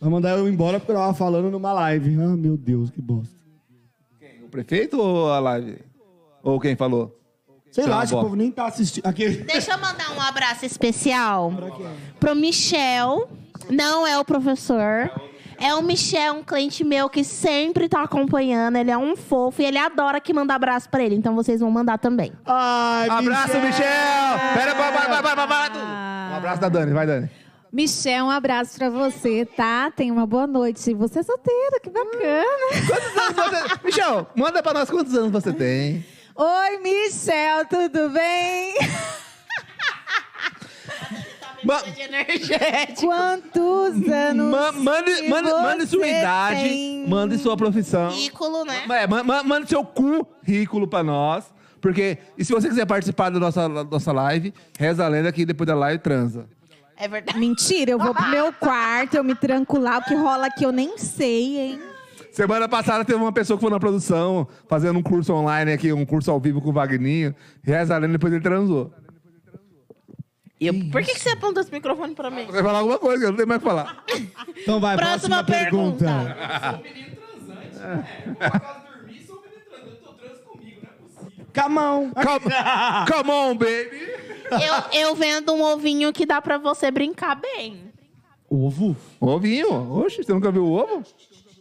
Vai mandar eu embora porque eu tava falando numa live. Ah, meu Deus, que bosta. O prefeito ou a live? Ou quem falou? Sei Tá lá, acho que o bom. povo nem tá assistindo. Aqui. Deixa eu mandar um abraço especial pro Michel. Não é o professor. É o Michel, um cliente meu que sempre tá acompanhando. Ele é um fofo e ele adora que manda abraço pra ele. Então vocês vão mandar também. Ai, Abraço, É Michel. Ah. Michel! Pera, vai, vai, vai, vai, vai, vai, tudo. Um abraço da Dani, vai, Dani. Michel, um abraço pra você, tá? Tenha uma boa noite. Você é solteira, que bacana. Quantos anos você... Michel, manda pra nós quantos anos você tem. Oi, Michel, tudo bem? Ma- Quantos anos? ma- manda, que manda, manda sua você idade, tem? manda sua profissão. Ridículo, né? É, ma- ma- manda seu currículo pra nós. Porque, e se você quiser participar da nossa, da nossa live, reza a lenda que depois da live transa. É verdade. Mentira, eu vou pro meu quarto, eu me tranco lá. O que rola aqui eu nem sei, hein? Semana passada teve uma pessoa que foi na produção fazendo um curso online aqui, um curso ao vivo com o Vagninho. Reza a lenda depois ele transou. Por que, que você aponta esse microfone pra mim? Você falar alguma coisa, eu não tenho mais o que falar. Então vai, próxima, Próxima pergunta. pergunta. Sou um menino transante, né? Eu vou pra casa dormir, sou um menino transante, eu tô trans comigo, não é possível. Camão. Come, come on, baby! Eu, eu vendo um ovinho que dá pra você brincar bem. Ovo? Ovinho? Oxe, você nunca viu o ovo?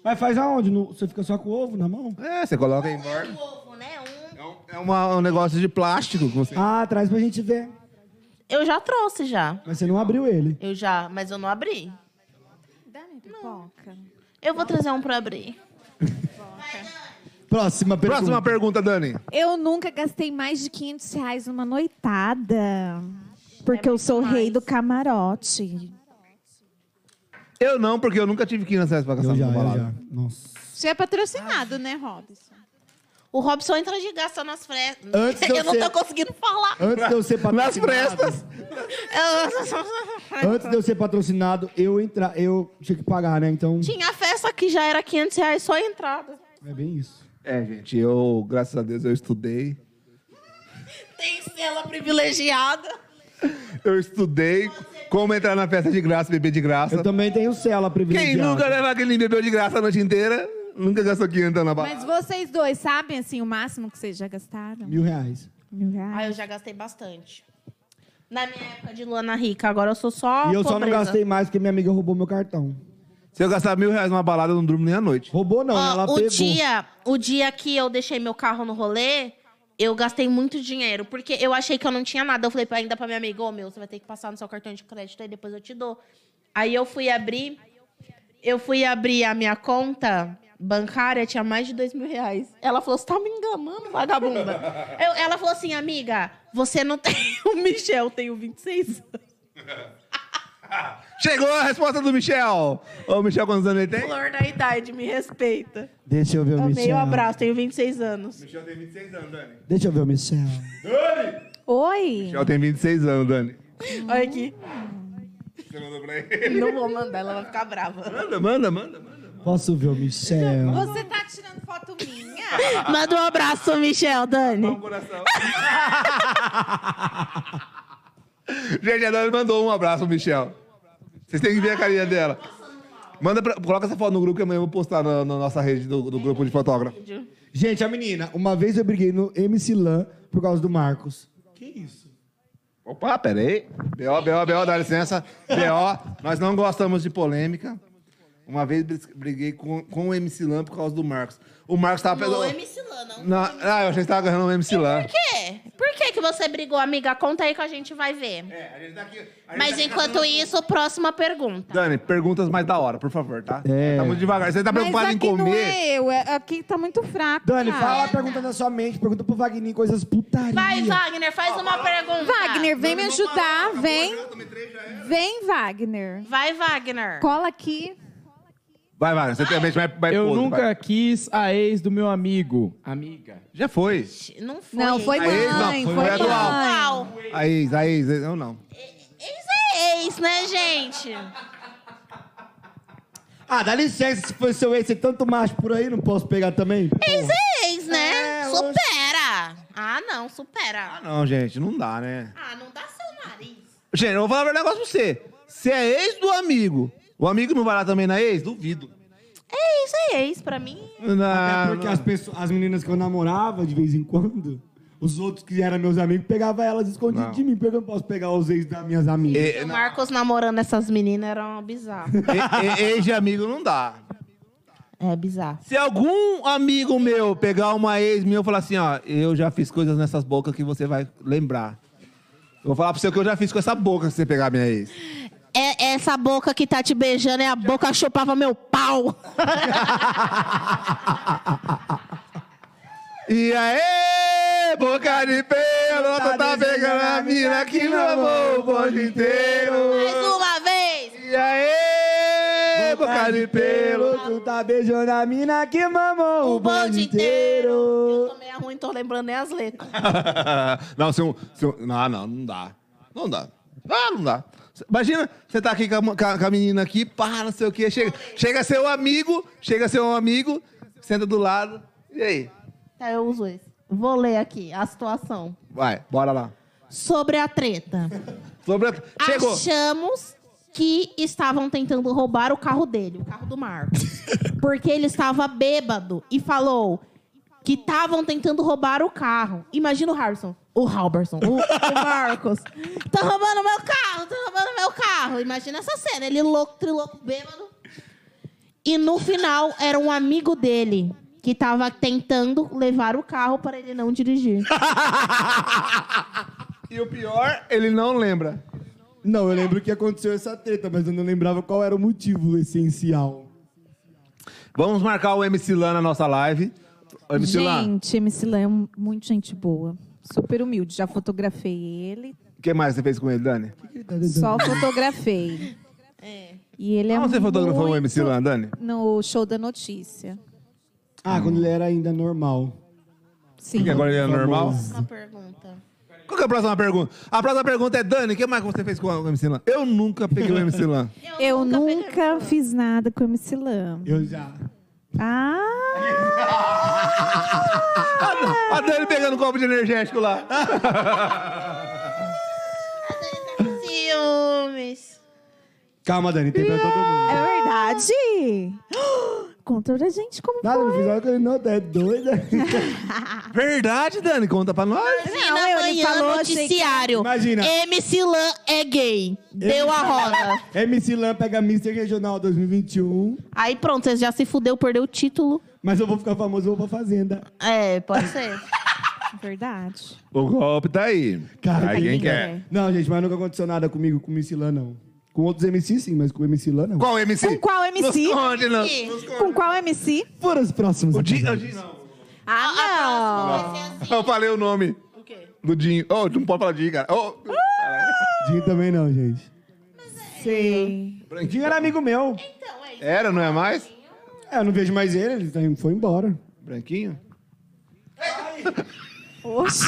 Mas faz aonde? No- Você fica só com o ovo na mão? É, você coloca aí embora. Um ovo, né? Um... É, um, é uma- um negócio de plástico que você. Ah, traz pra gente ver. Eu já trouxe já. Mas você não abriu ele. Eu já, mas eu não abri. Dá-me pipoca. Eu vou trazer um pra abrir. Próxima pergunta. Próxima pergunta, Dani. Eu nunca gastei mais de 500 reais numa noitada. Porque eu sou o rei do camarote. Eu não, porque eu nunca tive 500 reais pra gastar Eu já, numa eu balada. já. Nossa. Você é patrocinado, né, Robson? O Robson entra de graça nas frestas. Antes de eu Eu não ser- tô conseguindo falar. Antes de eu ser Nas patrocinado... prestas. Eu- Antes de eu ser patrocinado, eu entrar... Eu tinha que pagar, né? Então... Tinha festa que já era 500 reais só a entrada. É bem isso. É, gente, eu, graças a Deus, eu estudei. Tem cela privilegiada. Eu estudei como entrar na festa de graça, beber de Eu graça. também tenho cela Quem privilegiada. nunca leva aquele bebeu de graça a noite inteira, nunca gastou 500 na balada. Mas vocês dois sabem, assim, o máximo que vocês já gastaram? Mil reais. Mil Ah, reais. eu já gastei bastante. Na minha época de Luana Rica, agora eu sou só. e eu só não pobreza. gastei mais porque minha amiga roubou meu cartão. Se eu gastar mil reais numa balada, eu não durmo nem a noite. Roubou não, Ó, ela o pegou. dia, o dia que eu deixei meu carro no rolê, eu gastei muito dinheiro, porque eu achei que eu não tinha nada. Eu falei pra- ainda pra minha amiga, ô meu, você vai ter que passar no seu cartão de crédito aí, depois eu te dou. Aí eu fui abrir, eu fui abrir a minha conta bancária, tinha mais de dois mil reais. Ela falou, você tá me enganando, vagabunda. Eu- ela falou assim, amiga, você não tem... O Michel tem o 26 Chegou a resposta do Michel. Ô, Michel, quantos anos ele tem? flor da idade, me respeita. Deixa eu ver o Amei Michel. o um abraço, tenho 26 anos. Michel tem 26 anos, Dani. Deixa eu ver o Michel. Oi! Michel tem 26 anos, Dani. Olha aqui. Você mandou pra ele? Não vou mandar, ela vai ficar brava. Manda, manda, manda, manda. Posso ver o Michel? Você tá tirando foto minha? Manda um abraço, Michel, Dani. coração. Gente, a Dani mandou um abraço, Michel. Vocês têm que ver a carinha dela. Manda pra- coloca essa foto no grupo que amanhã eu vou postar na, na nossa rede do, do grupo de fotógrafo. Gente, a menina, uma vez eu briguei no MC Lan por causa do Marcos. Que isso? Opa, peraí. B.O., B.O., B.O., dá licença. B.O., nós não gostamos de polêmica. Uma vez bris- briguei com, com o MC Lan por causa do Marcos. O Marcos tava No pegando... MC Lan, não. Não, ah, eu achei que você tava agarrando o MC Lan. Por quê? Por que, que você brigou, amiga? Conta aí que a gente vai ver. É, a gente tá aqui... Mas enquanto isso, próxima Tá. pergunta. Dani, perguntas mais da hora, por favor, tá? É. Tá muito devagar. Você tá preocupado Mas em aqui comer... não é eu, é- aqui tá muito fraco. Dani, Ah, cara. é. fala pergunta na sua mente, pergunta pro Wagninho coisas putaria. Vai, Wagner, faz uma pergunta. Wagner, vem Ah, me ajudar, vem. Vem, Wagner. Vai, Wagner. Cola aqui. Vai, Wagner, você tem a mente mais, mais Eu podre, nunca vai. quis a ex do meu amigo. Amiga. Já foi. Não foi. Não, foi A mãe. ex não, foi foi mulher do Alckmin. mãe. Não. A ex, a ex, eu não. Ex é ex, né, gente? Ah, dá licença, se foi seu ex, ser tanto macho por aí, não posso pegar também? Ex é ex, né? É, eu- supera. Ah, não, supera. Ah, não, gente, não dá, né? Ah, não dá seu nariz. Gente, eu vou falar um negócio pra você. Você é ex do amigo. O amigo não vai lá também na ex? Duvido. É ex, é ex. Pra mim, Até Não, É porque as, não. pessoas, as meninas que eu namorava de vez em quando, os outros que eram meus amigos, pegavam elas escondidas Não. de mim, porque eu não posso pegar os ex das minhas amigas. E- o Marcos namorando essas meninas era um bizarro. e- e- ex de amigo não dá. é bizarro. Se algum amigo meu pegar uma ex minha e falar assim, ó, eu já fiz coisas nessas bocas que você vai lembrar. Eu vou falar pra você o que eu já fiz com essa boca se você pegar a minha ex. É, essa boca que tá te beijando é a boca que chupava meu pau. E aí, boca de pelo, tu tá pegando a mina que não amou o bonde Mais inteiro. uma vez. E aí, boca Boca de pelo. tu tá beijando a mina que mamou O bonde inteiro. Eu tô meio ruim, tô lembrando nem as letras. não, se um, se um- não, não, não dá. Não dá. Ah, não dá. Cê- Imagina, você tá aqui com a, mo- com a- com a menina aqui, pá, não sei o quê. Chega, chega seu amigo, chega seu amigo, senta do lado. E aí? Tá, eu uso esse. Vou ler aqui a situação. Vai, bora lá. Sobre a treta. Sobre a- Chegou. Achamos que estavam tentando roubar o carro dele, o carro do Marcos. porque ele estava bêbado e falou que estavam tentando roubar o carro. Imagina o Harrison. O Halberson, o, o Marcos. Tá roubando meu carro, tá roubando meu carro. Imagina essa cena. Ele louco, trilouco, bêbado. E no final era um amigo dele que estava tentando levar o carro para ele não dirigir. E o pior, ele não lembra. Não, eu lembro que aconteceu essa treta, mas eu não lembrava qual era o motivo essencial. Vamos marcar o MC Lan na nossa live. O MC Lan, Gente, MC Lan é um- muito gente boa. Super humilde. Já fotografei ele. o que mais você fez com ele, Dani? Só fotografei. E ele é Onde você fotografou o MC muito- Lan, Dani? No show da notícia. Ah, quando ele era ainda normal. Sim. Porque agora ele é normal. Uma pergunta. Qual que é a próxima pergunta? A próxima pergunta é, Dani, o que mais você fez com o MC Lan? Eu nunca peguei o MC Lan. Eu peguei- nunca, fiz nada com o MC Lan. Eu já. Ah, A, Dan- a Dani pegando um copo de energético lá. Ciúmes. Calma, Dani, tem pra todo mundo. é verdade. Conta pra gente como Nada, não foi. fiz nada com ele, não, tá é doida. Verdade, Dani, conta pra nós. E Não, na eu- ele manhã, falou, achei que- noticiário. Imagina. MC Lan é gay. Deu a roda. MC Lan pega Mr. Regional 2021, Aí pronto, você já se fudeu, perdeu o título. mas eu vou ficar famoso, eu vou pra Fazenda. É, pode ser. Verdade. O golpe tá né? aí. Cara, aí quem quem quer. quer. Não, gente, mas nunca aconteceu nada comigo com o MC Lan, não. Com outros MCs, sim, mas com o MC Lan, não. Qual MC? Com qual MC? Nos conte, não. Com qual MC? Foram os próximos. O Dinho, o Dinho não. Ah, Eu falei o nome O quê? do Dinho. Oh, não pode falar Dinho, cara. Oh. Dinho também não, gente. não. Sei. Dinho era amigo meu. Então, é isso. Era, não é mais? É, eu não vejo mais ele, ele tá- foi embora. Branquinho? Oxi.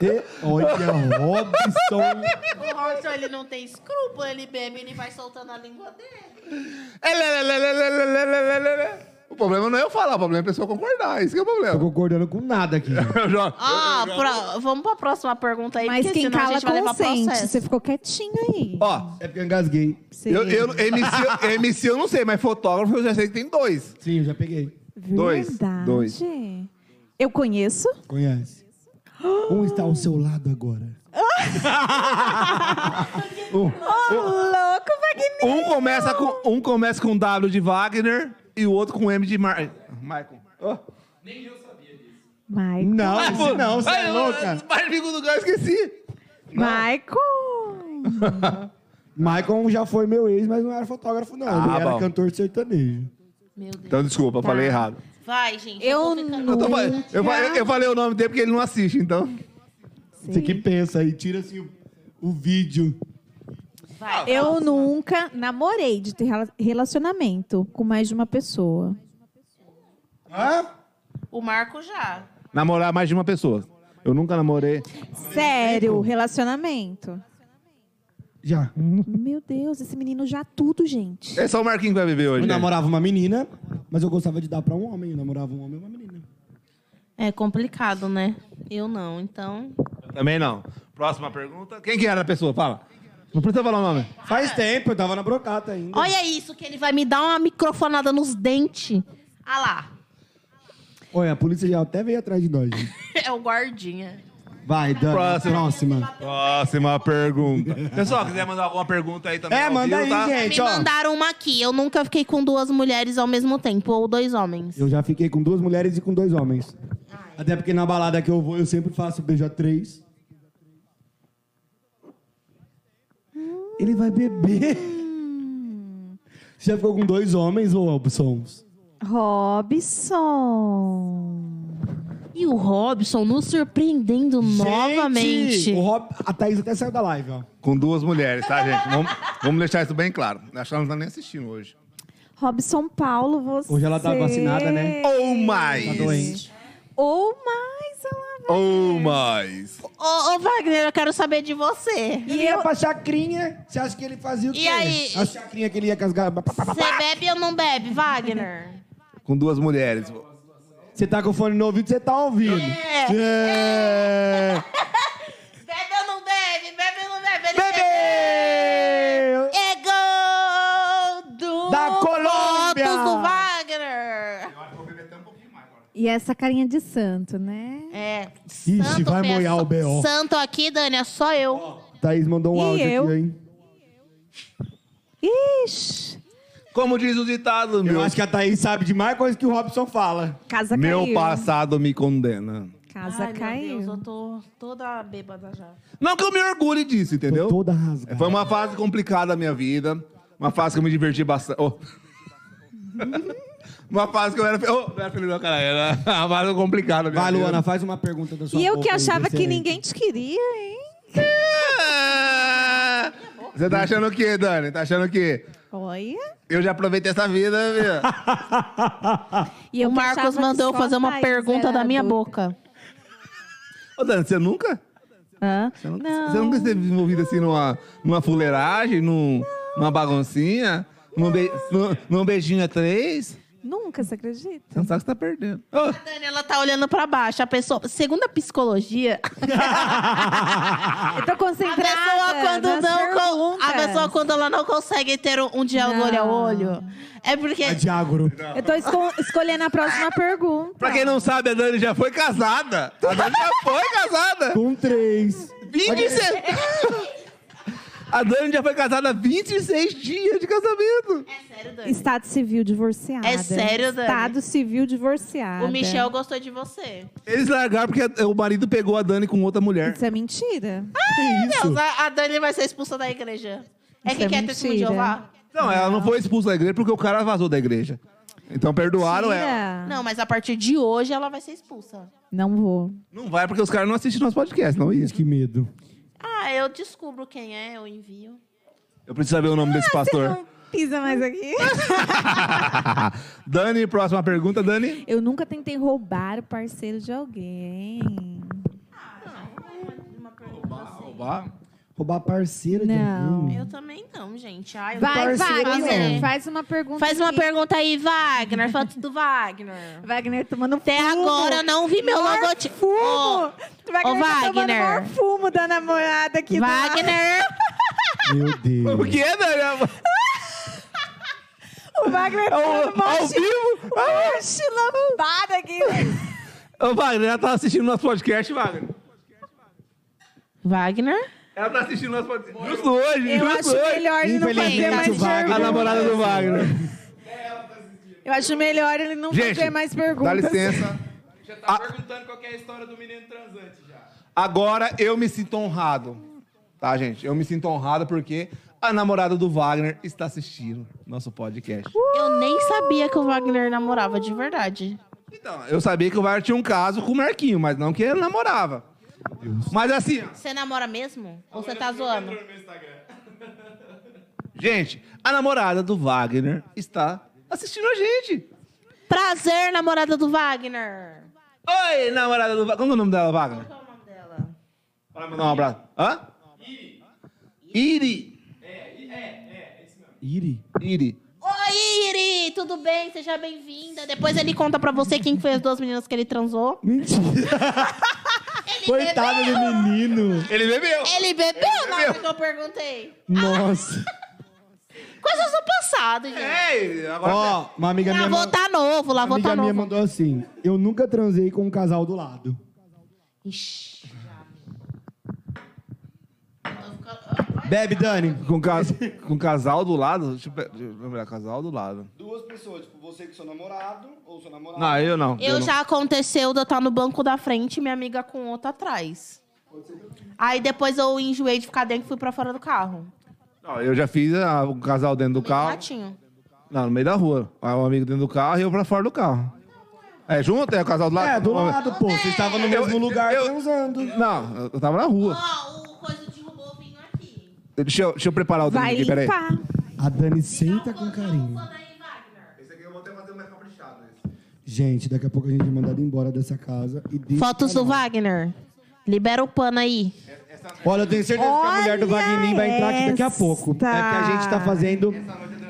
E, olha, Robson. O Robson, ele não tem escrúpulo, ele bebe, ele vai soltando a língua dele. É, lé, lé, lé, lé, lé, lé, lé, lé, lé, lé. O problema não é eu falar, o problema é a pessoa concordar. Isso que é o Tô problema. concordando com nada aqui. Eu já- Ah, pro- vamos pra próxima pergunta aí, Mas porque quem senão a cala gente vai levar consente. processo. Você ficou quietinho aí. Ó, É porque eu engasguei. Sei. eu, eu, MC, eu- MC eu não sei, mas fotógrafo eu já sei que tem dois. Sim, eu já peguei. Dois, Verdade. dois. Eu conheço. Conhece? Um está ao seu lado agora. Ô, louco, Wagner! Um começa com, um começa com W de Wagner e o outro com M de Mar... Michael. Oh. Michael. Não, Ah, esse não, você é louca. Mas vim do lugar, eu esqueci. Michael! Michael já foi meu ex, mas não era fotógrafo, não. Ah, Ele era bom. cantor de sertanejo. Meu Deus. Então, desculpa, eu Tá. falei errado. Vai, gente. Eu tô ficando- não- Eu, tô fal- eu fa- eu falei o nome dele porque ele não assiste, então. Você que pensa aí, tira assim o, o vídeo. Vai. Eu nunca namorei de ter rela- relacionamento com mais de uma pessoa. Hã? O Marco já. Namorar mais de uma pessoa. Eu nunca namorei. Sério, relacionamento. Já. Meu Deus, esse menino já tudo, gente. É só o Marquinhos que vai beber hoje. Eu né? namorava uma menina, mas eu gostava de dar pra um homem. Eu namorava um homem e uma menina. É complicado, né? Eu não, então. Eu Também não. Próxima pergunta. Quem que era a pessoa? Fala. Não precisa falar o nome. Faz tempo, eu tava na brocata ainda. Olha isso, que ele vai me dar uma microfonada nos dentes. Ah lá. Olha, a polícia já até veio atrás de nós. gente. É o guardinha. Vai, Dani. Próxima. Próxima. Próxima pergunta. Pessoal, quiser mandar alguma pergunta aí também. É, ao manda vivo, aí, tá? gente. ó. Me mandaram uma aqui. Eu nunca fiquei com duas mulheres ao mesmo tempo, ou dois homens. Eu já fiquei com duas mulheres e com dois homens. Até porque na balada que eu vou, eu sempre faço beijo a três. Ele vai beber. Você já ficou com dois homens ou Albsons? Robson. E o Robson nos surpreendendo novamente. O Rob, a Thaís até saiu da live, ó. Com duas mulheres, tá, gente? Vamos, vamos deixar isso bem claro. Acho que ela não tá nem assistindo hoje. Robson Paulo, você. Hoje ela tá vacinada, né? Ou Tá mais. doente. Ou mais, ela vai. Ou mais. Ô, ô, Wagner, eu quero saber de você. E ia É pra chacrinha, você acha que ele fazia o quê? aí? A chacrinha que ele ia casgar. Você bebe ou não bebe, Wagner? Com duas mulheres. Você tá com o fone no ouvido, você tá ouvindo. É. Bebe ou não bebe? Bebe ou não bebe? Ele Bebê! É gol do Da Colômbia! Lotus do Wagner. E essa carinha de santo, né? É. Ixi, vai Fé, moiar só- o B.O.. Santo aqui, Dani, é só eu. Thaís mandou um E áudio eu? aqui, hein? Ixi. Como diz o ditado, Eu meu, acho que a Thaís sabe de mais coisa que o Robson fala. Casa meu caiu. passado me condena. Casa Ai, caiu. Meu Deus, eu tô toda bêbada já. Não que eu me orgulhe disso, entendeu? Toda rasgada. Foi uma fase complicada da minha vida. Uma fase que eu me diverti bastante. Ô. uma fase que eu era. fe- Ô, não era feliz, não, cara. Era uma fase complicada. da minha Vai, vida. Luana, faz uma pergunta da sua e eu boca que aí, achava que excelente. ninguém te queria, hein? Ah! Você tá achando o quê, Dani? Tá achando o quê? Olha. Eu já aproveitei essa vida, viu? E eu o que achava Marcos que mandou eu só fazer a uma Thaís pergunta era da minha adulta. boca. Ô, Dani, você nunca? Hã? Você nunca, Não. você nunca esteve envolvido assim numa, numa fuleiragem, num, numa baguncinha? Num, be, num, num beijinho a três? Nunca, você acredita? Você não sabe o que você tá perdendo. Ô, A Dani, ela tá olhando pra baixo. A pessoa, segundo a psicologia, Eu tô a concentrada. pessoa, quando um nas não, con- a perguntas. pessoa quando ela não consegue ter um, um diálogo Não. olho a olho, é porque A Diágoro. Eu tô esco- escolhendo a próxima pergunta. pra quem não sabe, a Dani já foi casada. A Dani já foi casada. Com Um três. 26... A Dani já foi casada há 26 dias de casamento. É sério, Dani. Estado civil divorciada. É sério, Dani? Estado civil divorciada. O Michel gostou de você. Eles largaram porque a- o marido pegou a Dani com outra mulher. Isso é mentira. Deus, a, a Dani vai ser expulsa da igreja. É Isso que é quer testemunho de mentira. Jeová? Não, ela não foi expulsa da igreja porque o cara vazou da igreja. Então perdoaram ela. Mentira. Não, mas a partir de hoje ela vai ser expulsa. Não vou. Não vai porque os caras não assistem nosso podcast, não ia. Que medo. Ah, eu descubro quem é, eu envio. Eu preciso saber o nome Ah, desse pastor. Pisa mais aqui. Dani, próxima pergunta, Dani. Eu nunca tentei roubar o parceiro de alguém. Roubar? Roubar parceira de Não. alguém. Eu também não, gente. Ai, eu Vai, Parceiro Wagner. não. Faz uma pergunta. Faz uma aqui. pergunta aí, Wagner. Foto do Wagner. Wagner tomando Até fumo. agora eu não vi meu Maior logotipo. Fumo. Ô, Wagner, tá tomando Wagner. maior fumo da namorada aqui. do lado. Wagner! Hum. Meu Deus. O que é, Dani? O O Wagner Ao, tá ao vivo? lambada aqui. Ô, Wagner, ela tá assistindo nosso podcast, Wagner. Wagner? Ela tá assistindo nosso podcast. Justo hoje, Eu justo acho hoje. melhor ele não fazer Infelizmente, o mais Wagner- A perguntas. namorada do Wagner. Eu acho melhor ele não Gente, fazer mais Dá perguntas. licença. Já tá perguntando qual é a história do menino transante já. Agora eu me sinto honrado. Tá, gente? Eu me sinto honrado porque a namorada do Wagner está assistindo nosso podcast. Uh! Eu nem sabia que o Wagner namorava de verdade. Então, eu sabia que o Wagner tinha um caso com o Marquinho, mas não que ele namorava. Mas assim, Você namora mesmo? Ou você tá zoando? gente, a namorada do Wagner está assistindo a gente. Prazer, namorada do Wagner. Oi, namorada do Wagner. Como é o nome dela, Wagner? Qual é o nome dela? Para mandar um abraço. Hã? Iri. Iri. Iri. Oi, Iri! Tudo bem? Seja bem-vinda. Depois ele conta pra você quem foi as duas meninas que ele transou. Mentira. Coitado do menino. Ele bebeu. Ele bebeu na hora que eu perguntei. Nossa. Coisas do passado, gente. É, agora Ó, uma amiga minha, Lavou man- tá novo, uma lavou amiga tá minha novo. mandou assim: Eu nunca transei com um casal do lado. Ixi. Bebe, Dani. Com, cas... com casal do lado? Deixa eu pe- deixa eu lembrar, casal do lado. Duas pessoas, tipo, você com seu namorado ou seu namorado. Não, eu não. Eu não. já aconteceu de eu estar no banco da frente e minha amiga com outra atrás. Aí depois eu enjoei de ficar dentro e fui pra fora do carro. Não, eu já fiz ah, o casal dentro do Meio carro. Ratinho. Não, no meio da rua. Aí um amigo dentro do carro e eu pra fora do carro. É junto? É o casal do lado? É, do lado, pô. Vocês estavam no mesmo lugar eu- transando. Não, eu tava na rua. Ó, o coisa derrubou o vinho aqui. Deixa eu, deixa eu preparar o drink Vai aqui, peraí. limpar. A Dani um senta com carinho. Esse aqui eu vou até fazer mais caprichado. Gente, daqui a pouco a gente é mandado embora dessa casa. E desse Fotos do canal. Wagner. Libera o pano aí. Olha, eu tenho certeza que a mulher do Olha Wagninho vai entrar aqui daqui a esta. pouco. É que a gente tá fazendo.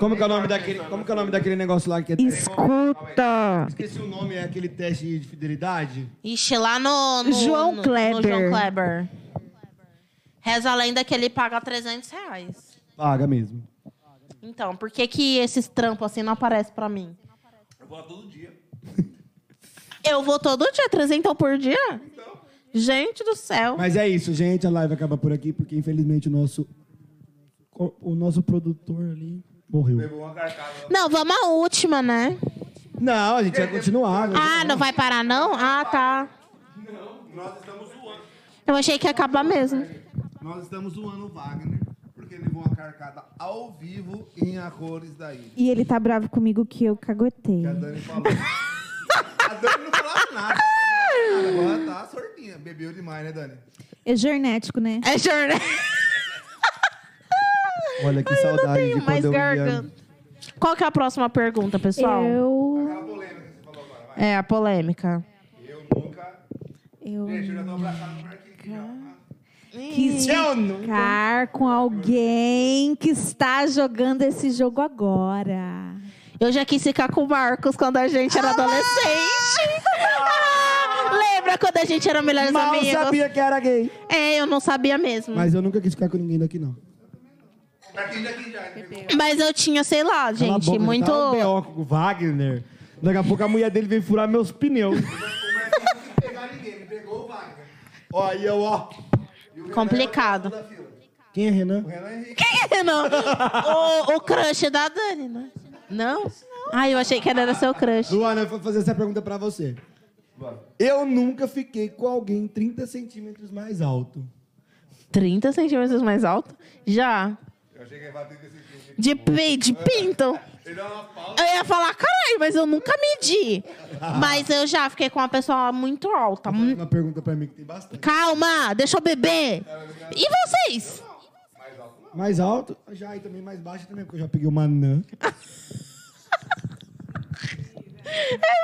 Como que é o nome daquele, como que é o nome daquele negócio lá que é. Escuta. Esqueci o nome, é aquele teste de fidelidade? Ixi, lá no. no- João no- no Kleber. João Kleber. Reza a lenda que ele paga 300 reais. Paga mesmo. Então, por que que esses trampos assim não aparecem pra mim? Eu vou todo dia. Eu vou todo dia? 300 por dia? Gente do céu. Mas é isso, gente. A live acaba por aqui, porque infelizmente o nosso. O nosso produtor ali morreu. Não, vamos à última, né? Não, a gente vai continuar. Ah, não vai parar, não? Ah, tá. Não, nós estamos zoando. Eu achei que ia acabar mesmo. Nós estamos zoando o Wagner, porque ele levou uma carcada ao vivo em Arrores da Ilha. E ele tá bravo comigo que eu cagotei. A Dani falou. a Dani não falava nada. a Dani não falava nada. Agora tá sortinha. Bebeu demais, né, Dani? É genético, né? É jornal. Olha que saudade de Tenho mais quando eu ia. garganta. Qual que é a próxima pergunta, pessoal? Eu. É, a polêmica. Eu. Quis ficar com alguém que está jogando esse jogo agora. Eu já quis ficar com o Marcos quando a Ah! gente era adolescente. Ah, Lembra quando a gente era melhores Mal amigos? sabia que era gay. É, eu não sabia mesmo. Mas... Mas eu nunca quis ficar com ninguém daqui, não. eu tinha, sei lá, Cala a gente, boca, muito. Tá um BO com o Wagner. Daqui a pouco a mulher dele vem furar meus pneus. Ó, e eu, ó. Complicado. é, Quem é Renan? não. O, o crush da Dani, né? Não? Ai, eu achei que ele era seu crush. Luana, eu vou fazer essa pergunta pra você. Eu nunca fiquei com alguém 30 centímetros mais alto. 30 centímetros mais alto? Já. De, pe- de pinto. Eu ia falar, caralho, mas eu nunca medi. Mas eu já fiquei com uma pessoa muito alta. mu- Uma pergunta pra mim que tem bastante. Calma, deixa eu beber. E vocês? Mais alto? Já, e também mais baixo também, porque eu já peguei uma anã. É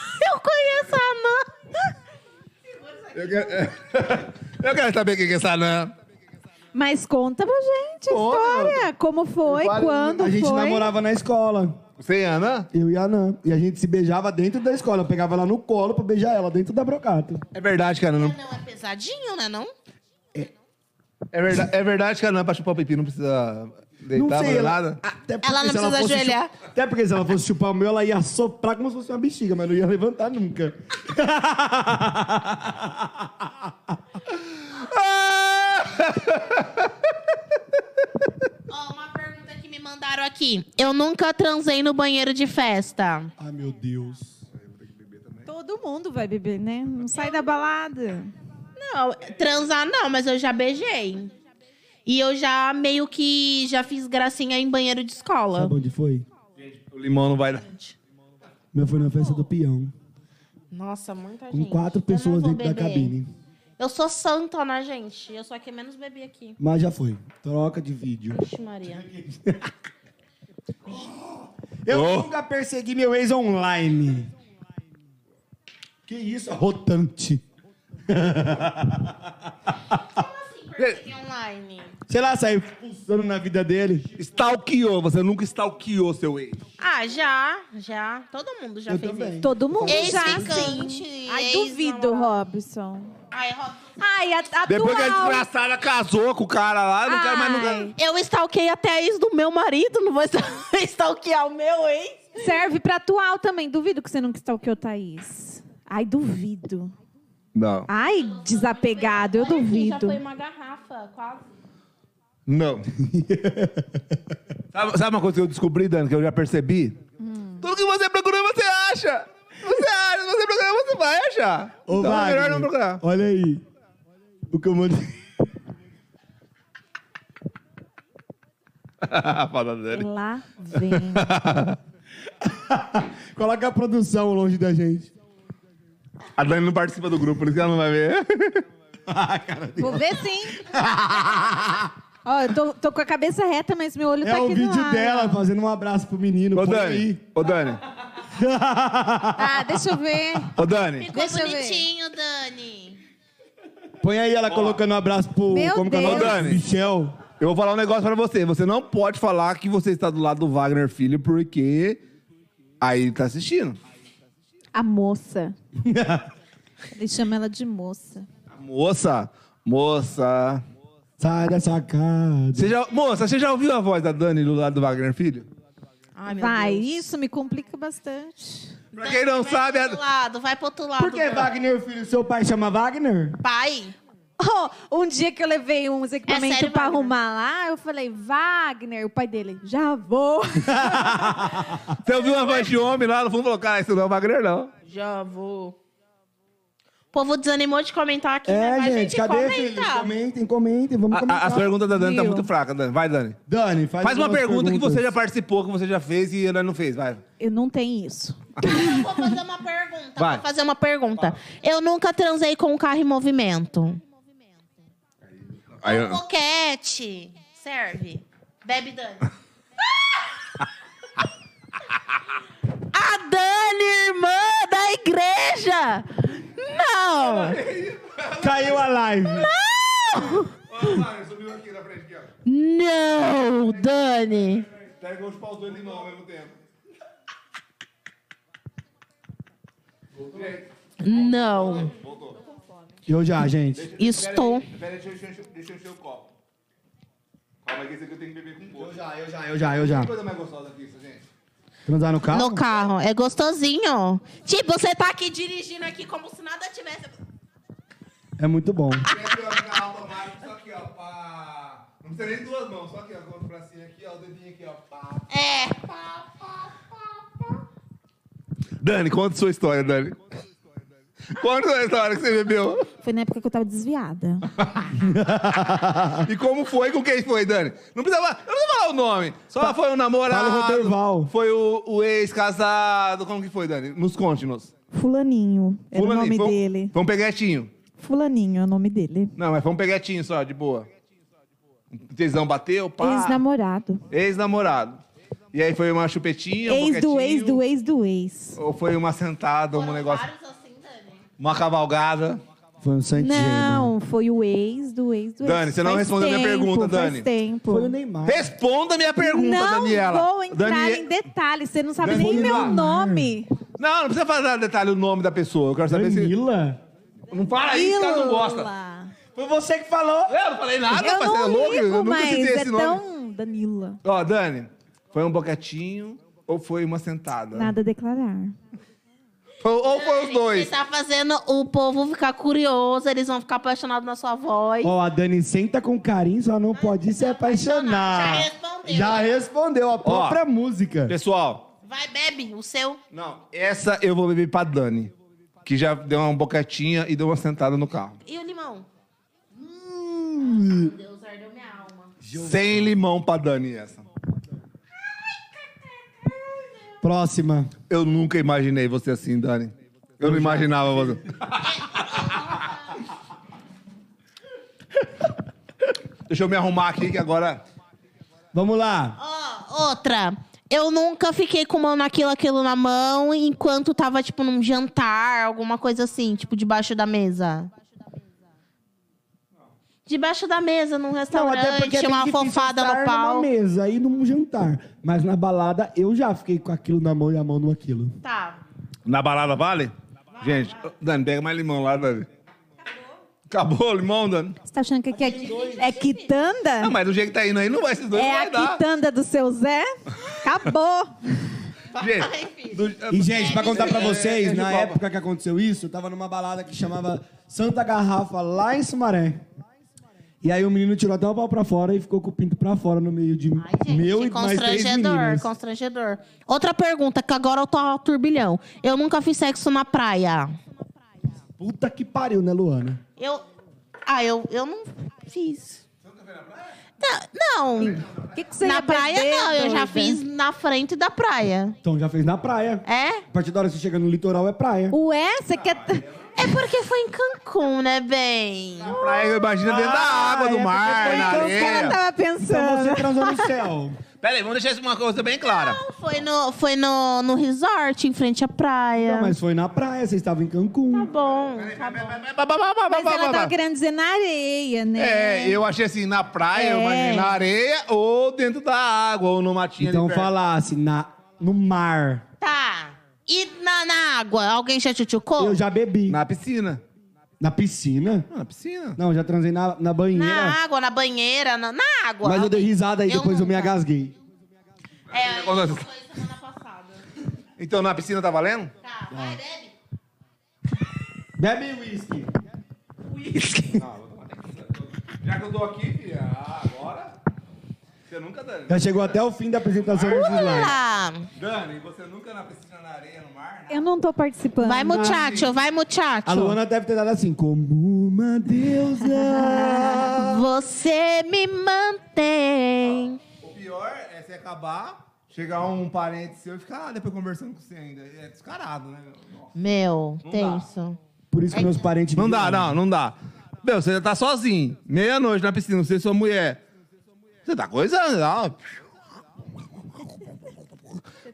Eu conheço a Ana. Eu quero, eu quero saber quem que é essa anã. Mas conta pra gente a história. Como foi, quando A gente foi. namorava na escola. Você é anã? Eu e a Anã. E a gente se beijava dentro da escola. Eu pegava ela no colo pra beijar ela dentro da brocata. É verdade que a anã não... Não, é pesadinho, né, não? É verdade, é verdade que a anã pra chupar o pipi não precisa... Deitar, não sei, fazer ela, Ah, nada? Até porque Ela não se precisa fosse ajoelhar. chu- Até porque se ela fosse chupar o meu, ela ia soprar como se fosse uma bexiga, mas não ia levantar nunca. Ah! Ó, uma pergunta que me mandaram aqui. Eu nunca transei no banheiro de festa. Ai, meu Deus. Todo mundo vai beber, né? Não sai da balada. Não, transar não, mas eu já beijei. E eu já meio que já fiz gracinha em banheiro de escola. Sabe onde foi? O limão não vai dar. Meu foi na festa do peão. Nossa, muita Com gente. quatro Eu não pessoas vou dentro da beber. cabine. Eu sou santa, né, gente? Eu sou a que menos bebi aqui. Mas já foi. Troca de vídeo. Vixe, Maria. Eu Ô. nunca persegui meu ex online. Que isso? Rotante. Perseguir um online. Sei lá, saiu pulsando na vida dele. Stalkeou, você nunca stalkeou seu ex. Ah, já, já. Todo mundo já Eu fez também. isso. Todo mundo já. Ex-ficante, sim. Ai, ex- duvido, Robson. Ai, Robson. Ai, a, a Depois que a atual. desgraçada casou com o cara lá, eu não quero mais Ai. nunca. Eu stalkei até a ex do meu marido, não vou stalkear o meu ex. Serve pra atual também. Duvido que você nunca stalkeou Thaís. Ai, duvido. Não. Ai, desapegado, eu Já duvido. foi uma garrafa, quase. Não. sabe, sabe uma coisa que eu descobri, Dani, que eu já percebi? Tudo que você procura, você acha. Você acha, se você procura, você vai achar. Ô, então é Wagner, melhor não procurar. Olha aí. O que eu mandei. Fala, Dani. Lá vem. Coloca a produção longe da gente. A Dani não participa do grupo, por isso que ela não vai ver. Vou ver sim. Ó, eu tô, tô com a cabeça reta, mas meu olho É tá o aqui do vídeo lado. dela fazendo um abraço pro menino. Ô, põe Dani. aí. Ô, Dani. Ah, deixa eu ver. Ô, Dani. Ficou Deixa eu ver. bonitinho, Dani. Põe aí ela colocando um abraço pro. Meu como que é o nome Deus. Ô, Dani. Michel. Eu vou falar um negócio pra você. Você não pode falar que você está do lado do Wagner Filho, porque aí ele tá assistindo. A moça. Ele chama ela de moça. Moça, moça. Sai dessa casa. Você já, moça, você já ouviu a voz da Dani do lado do Wagner Filho? Vai, isso me complica bastante. Pra quem não sabe, é- Vai pro a... outro lado, vai pro outro lado. Por que Wagner, filho? Seu pai chama Wagner? Pai, Oh, um dia que eu levei uns equipamentos É sério, pra Wagner? arrumar lá, eu falei, Wagner, o pai dele, já vou. você ouviu uma voz de homem lá no fundo e falou: cara, isso não é o Wagner, não. já vou. O povo desanimou de comentar aqui, né? É, Mas, gente, cadê, comenta. filhos? Comentem, comentem, vamos A- a- comentar. as perguntas da Dani tá Viu? muito fracas, Dani. Vai, Dani. Dani, faz, Faz uma algumas pergunta que perguntas. você já participou, que você já fez e ela não fez. Vai. Eu não tenho isso. Vou fazer uma pergunta. Vai. Vou fazer uma pergunta. Eu nunca transei com um carro em movimento. Aí, ó. Coquete. Serve. Bebe Dani. A Dani, irmã da igreja! Não! Caiu a live. subiu aqui na frente, aqui, ó. Não, Dani! Pega os paus do limão ao mesmo tempo. Não. Eu já, gente. Estou. Pera, deixa, eu encher o copo. Calma que esse aqui eu tenho que beber com gosto. Já, eu já, eu já, eu já. coisa mais gostosa que isso, gente. Transar Tá no carro? No carro. É gostosinho. Tipo, você tá aqui dirigindo aqui como se nada tivesse. É muito bom. Sempre ó, fica automático, só aqui, ó. Pá. Não precisa nem duas mãos, só aqui, ó. Com o bracinho aqui, ó. O dedinho aqui, ó. Pá. É. Dani, conta sua história, Dani. Conta a história que você bebeu. Foi na época que eu tava desviada. E como foi, com quem foi, Dani? Não precisava, não precisava falar o nome. Só foi o namorado. Fala o Roberval. Foi o, o ex-casado. Como que foi, Dani? Nos conte, nos. Fulaninho era o nome foi um, dele. Foi um peguetinho. Fulaninho é o nome dele. Não, mas foi um peguetinho só, de boa. O tesão bateu, pá. Ex-namorado. Ex-namorado. e aí foi uma chupetinha, um Ex do boquetinho, ex do ex do ex. Ou foi uma sentada, um negócio... Vários assim, Dani. Uma cavalgada. Foi um santinho. Não, foi o ex do ex do ex. Dani, você não Faz respondeu a minha tempo, pergunta, faz Dani. tempo. Foi o Neymar. Responda a minha pergunta, não Daniela. vou entrar Danie- em detalhes. Você não sabe Dani- nem meu Danila. nome. Não, não precisa falar detalhe o nome da pessoa. Eu quero saber se... Danila? Não fala aí, os caras não gostam. Danila. Foi você que falou. Eu não falei nada, Eu mas você é não louco. ligo, eu nunca mas citei é esse nome. tão Danila. Ó, Dani, foi um boquetinho ou foi uma sentada? Nada a declarar. Foi- ou foi os dois? Você tá fazendo o povo ficar curioso, eles vão ficar apaixonados na sua voz. Ó, a Dani senta com carinho, só não pode se apaixonar. Já respondeu. Já respondeu a própria música. Pessoal, Vai, bebe, o seu. não, essa eu vou beber pra Dani, que já deu uma boquetinha e deu uma sentada no carro. E o limão? Hum. Deus ardeu minha alma. Sem limão pra Dani essa. Próxima. Eu nunca imaginei você assim, Dani. Eu não imaginava você. Deixa eu me arrumar aqui que agora. Vamos lá. Ó, outra. Eu nunca fiquei com mão naquilo, aquilo na mão, enquanto tava, tipo, num jantar, alguma coisa assim, tipo, debaixo da mesa. Debaixo da mesa, num restaurante, é bem uma difícil fofada estar no pau. Numa mesa e num jantar. Mas na balada eu já fiquei com aquilo na mão e a mão no aquilo. Tá. Na balada vale? Gente, Dani, pega mais limão lá, Dani. Acabou. Acabou o limão, Dani? Você tá achando que aqui é, é quitanda? Não, mas do jeito que tá indo aí, não vai esses dois, é não a vai dar. quitanda do seu Zé? Acabou. Gente, do- E, gente, pra contar pra vocês, é de na Copa. época que aconteceu isso, eu tava numa balada que chamava Santa Garrafa, lá em Sumaré. E aí o menino tirou até o pau pra fora e ficou com o pinto pra fora no meio de Ai, gente, meu que e mais três constrangedor, meninas. constrangedor. Outra pergunta, que agora eu tô ao turbilhão. Eu nunca fiz sexo na praia. Puta que pariu, né, Luana? Eu. Ah, eu, eu não fiz. Tá, Não, não. O que, que você na ia praia beber, não, eu já doida? fiz na frente da praia. Então já fez na praia. É? A partir da hora que você chega no litoral é praia. Ué, você quer. É porque foi em Cancún, né, bem? a praia, imagina dentro da água, do é, mar, na Então, o cara areia. tava Então pensando. né? você transou no céu. Pera aí, vamos deixar uma coisa bem clara. Foi no, foi no, no resort, em frente à praia. Não, mas foi na praia, você estava em Tá Cancún. bom. Mas ela tava querendo dizer na areia, né? É, eu achei assim, na praia, eu É. imaginei na areia ou dentro da água, ou no matinho Então ali perto. falasse na, no mar. Tá. E na, na água? Alguém já tchutchucou? Eu já bebi. Na, Na piscina. piscina? Ah, Na piscina. Não, já transei na, na banheira. Na água, na banheira, na, na água. né? Mas eu dei risada aí, Eu depois eu me nunca. agasguei. É, Quando- isso foi semana passada. Então na piscina tá valendo? Tá, vai, bebe. Bebe whisky. Já que eu tô aqui, filha, ah, agora. Você nunca, Dani. Já chegou até o fim da apresentação dos slides. Tá. Dani, você nunca na piscina, na areia, no mar? Eu não tô participando. Vai, muchacho, vai, A muchacho. Luana deve ter dado assim, como uma deusa. Você me mantém. O pior é se acabar, chegar um parente seu e ficar lá depois conversando com você ainda. É descarado, né? Meu, tenso. Por isso que meus parentes... Não me dá, viram. não, não dá. Meu, você já tá sozinho. Meia-noite na piscina, você e sua mulher. Você tá coisando, não.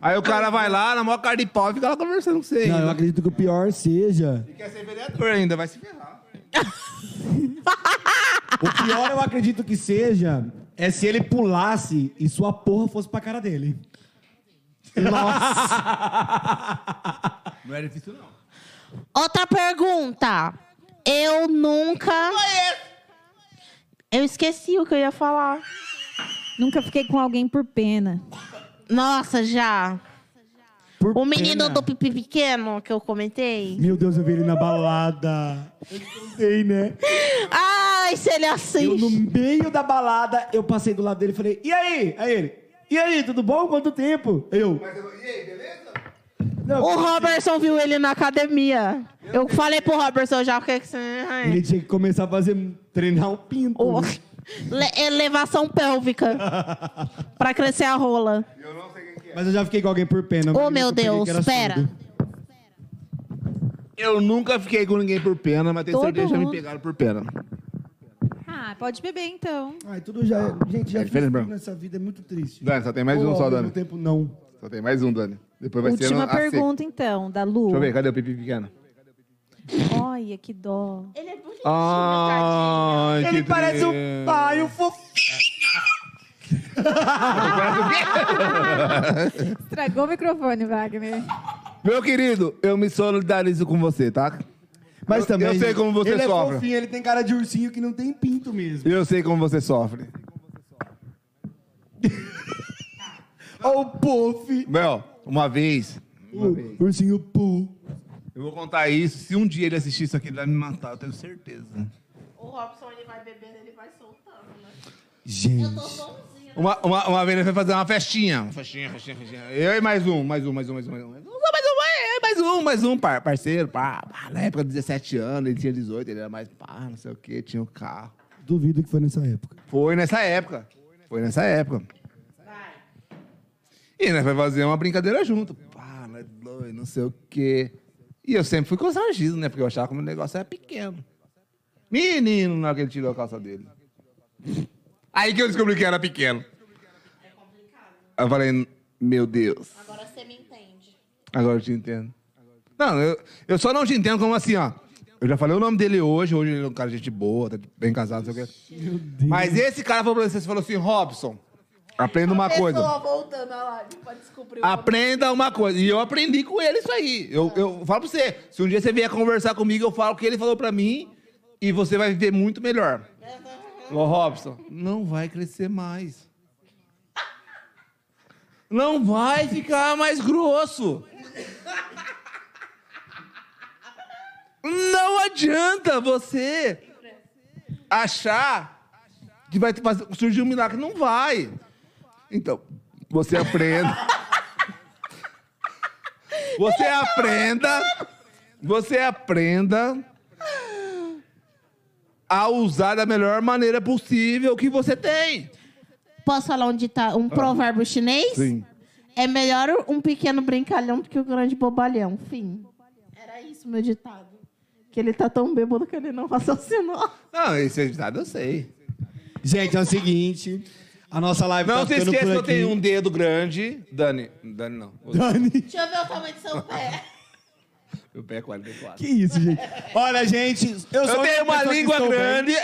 Aí o cara vai lá, na maior cara de pau, e fica lá conversando com você. Não, eu ainda. acredito que o pior seja... E quer ser vereador ainda, vai se ferrar. O pior eu acredito que seja é se ele pulasse e sua porra fosse pra cara dele. Nossa! Não é difícil, não. Outra pergunta. Eu nunca. Eu esqueci o que eu ia falar. Nunca fiquei com alguém por pena. Nossa, já. Por O menino pena. do pipi pequeno que eu comentei. Meu Deus, eu vi ele na balada. Eu te contei, né? Ai, se ele Eu, no assiste. meio da balada, eu passei do lado dele e falei, e aí? Aí ele, e aí, tudo bom? Quanto tempo? Eu. E aí, beleza? Não, O Robertson viu ele na academia. Eu falei pro Robertson já o que que você. é, Ai. Ele é tinha que começar a fazer, treinar um pinto. Ou- Le- elevação pélvica. pra crescer a rola. Mas eu já fiquei com alguém por pena. Ô, mas eu meu peguei que Deus, era pera. surdo. Eu nunca fiquei com ninguém por pena, mas tenho Todo certeza que já me mundo. pegaram por pena. Ah, pode beber então. Ai, tudo já... é- Gente, já É fiz diferente, tudo Bruno. nessa vida, é muito triste. Dani, só tem mais um Ou só, ao Dani. mesmo tempo, não. Só tem mais um, Dani. Depois vai ser Última a seca. pergunta, então, da Lu. Deixa eu ver, cadê o pipi pequeno? Olha, que dó. Ele é bonito. Ai, Ele parece um pai, um fofinho. Estragou o microfone, Wagner. Meu querido, eu me solidarizo com você, tá? Mas Eu- também. eu sei como você ele sofre. é fofinho, ele tem cara de ursinho que não tem pinto mesmo. Eu sei como você sofre. Ó o puff. Mel, uma vez, O ursinho pu. eu vou contar isso. Se um dia ele assistir isso aqui, ele vai me matar, eu tenho certeza. O Robson, ele vai bebendo, ele vai soltando, né? Eu Gente. tô bonzinha. Uma, uma, uma vez ele foi fazer uma festinha. Uma festinha, festinha, festinha. Eu e mais um, mais um, mais um, mais um. Mais um, mais um, mais um, é, mais um, mais um par, parceiro. Pá, pá. Na época, 17 anos, ele tinha 18, ele era mais pá, não sei o quê, tinha um carro. Duvido que foi nessa época. Foi nessa época. Foi nessa época. E nós vai fazer uma brincadeira junto. Pá, nós dois, não sei o quê. E eu sempre fui constrangido, né? Porque eu achava que o meu negócio era pequeno. Menino, na hora que ele tirou a calça dele. Aí que eu descobri que era pequeno. Eu falei, meu Deus, É Agora você me entende. agora eu te entendo. Não, eu, eu só não te entendo como assim, ó. Eu já falei o nome dele hoje, hoje ele é um cara de gente boa, tá bem casado, não sei o quê. Meu Deus. Mas esse cara falou pra você, você falou assim, Robson, aprenda uma coisa. Pessoa voltando a live pra descobrir o Aprenda uma coisa. E eu aprendi com ele isso aí. Eu, eu falo pra você, se um dia você vier conversar comigo, eu falo o que ele falou pra mim e você vai viver muito melhor. Ô, Robson, não vai crescer mais. Não vai ficar mais grosso. Não adianta você achar que vai fazer- surgir um milagre. Não vai. Então, você aprenda. Você aprenda. Você aprenda a usar da melhor maneira possível o que você tem. Posso falar um, dita... um provérbio chinês? É melhor um pequeno brincalhão do que um grande bobalhão. Fim. Era isso meu ditado. Que ele tá tão bêbado que ele não raciocinou. Não, esse resultado eu sei. Gente, é o seguinte. A nossa live Não tá se ficando esqueça que por eu aqui. tenho um dedo grande. Dani. Dani não. O Dani. Deixa eu ver o tamanho do seu pé. meu pé é 44. Que isso, gente. Olha, gente. Eu, sou Eu a única tenho uma pessoa que língua estou bem. grande.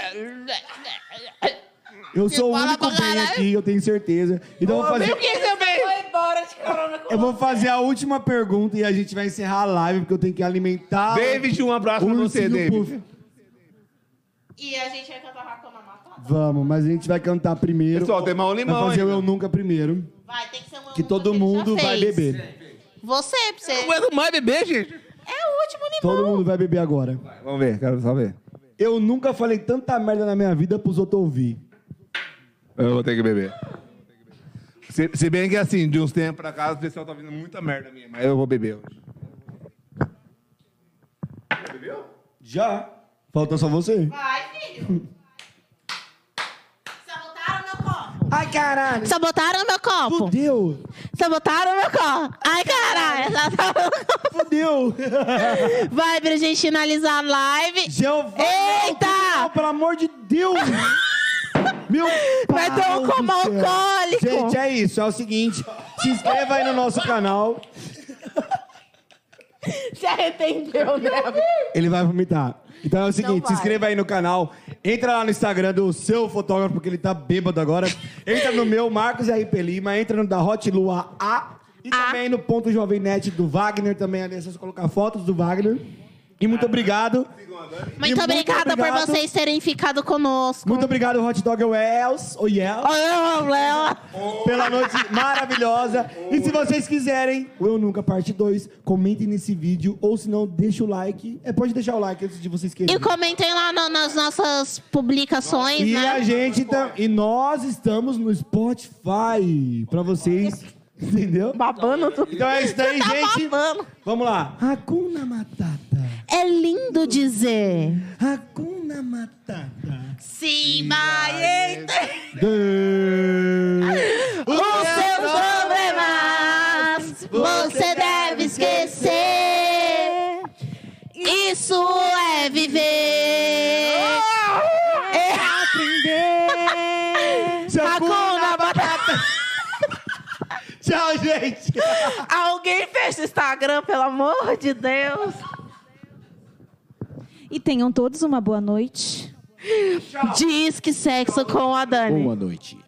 Eu sou o fala único pra bem caralho. aqui, eu tenho certeza. Então eu vou fazer. Meu que você veio? Foi embora de carona com Eu vou fazer a última pergunta e a gente vai encerrar a live, porque eu tenho que alimentar. David, um abraço o pra você, ursinho David. Puff. E a gente vai cantar Racona Matada? Vamos, mas a gente vai cantar primeiro. Pessoal, tem mão e limão Vai fazer o ainda. Eu Nunca primeiro. Vai, tem que ser uma Que música todo ele mundo já vai fez. beber. Você, pra você. Não aguento mais beber, gente. É o último limão. Todo mundo vai beber agora. Vamos ver, quero só ver. Eu nunca falei tanta merda na minha vida pros outros ouvir. Eu vou ter que beber. Se, se bem que assim, de uns tempos pra cá, o pessoal tá vindo muita merda minha, mas eu vou beber hoje. Já. Falta só você. Vai, filho. Sabotaram meu copo. Ai, caralho. Sabotaram meu copo. Fudeu. Sabotaram meu copo. Ai, caralho. Fudeu. Vai pra gente finalizar a live. Jeová. Eita! não, Pelo amor de Deus. Meu Vai pai ter um do coma céu. alcoólico. Gente, é isso. É o seguinte. Se inscreva aí no nosso canal. Se arrependeu, né? Ele vai vomitar. Então é o seguinte, se vai. inscreva aí no canal, entra lá no Instagram do seu fotógrafo, porque ele tá bêbado agora. Entra no meu, Marcos R.P. Lima, entra no da Hot Lua A e também no ponto Jovem Net do Wagner, também ali, é só você colocar fotos do Wagner. E muito obrigado. E Muito obrigada por obrigado. vocês terem ficado conosco. Muito obrigado, Hot Dog Wells, ou Yells, Olha, Léo. pela noite maravilhosa. E se vocês quiserem, o Eu Nunca Parte 2, comentem nesse vídeo, ou se não, deixa o like. É, pode deixar o like antes de vocês quererem. E comentem lá no- nas nossas publicações, E né? a gente tam- e nós estamos no Spotify pra vocês, entendeu? Babando tudo. Então é isso daí, Tá gente. babando. Vamos lá. Hakuna Matata. É lindo dizer. Hakuna Matata. Sim, mas Deus. Os seus problemas você deve esquecer. Isso é viver. É Seu cu Hakuna na Matata. Tchau, gente. Alguém fecha o Instagram, pelo amor de Deus. E tenham todos uma boa noite. Diz que sexo com a Dani. Boa noite.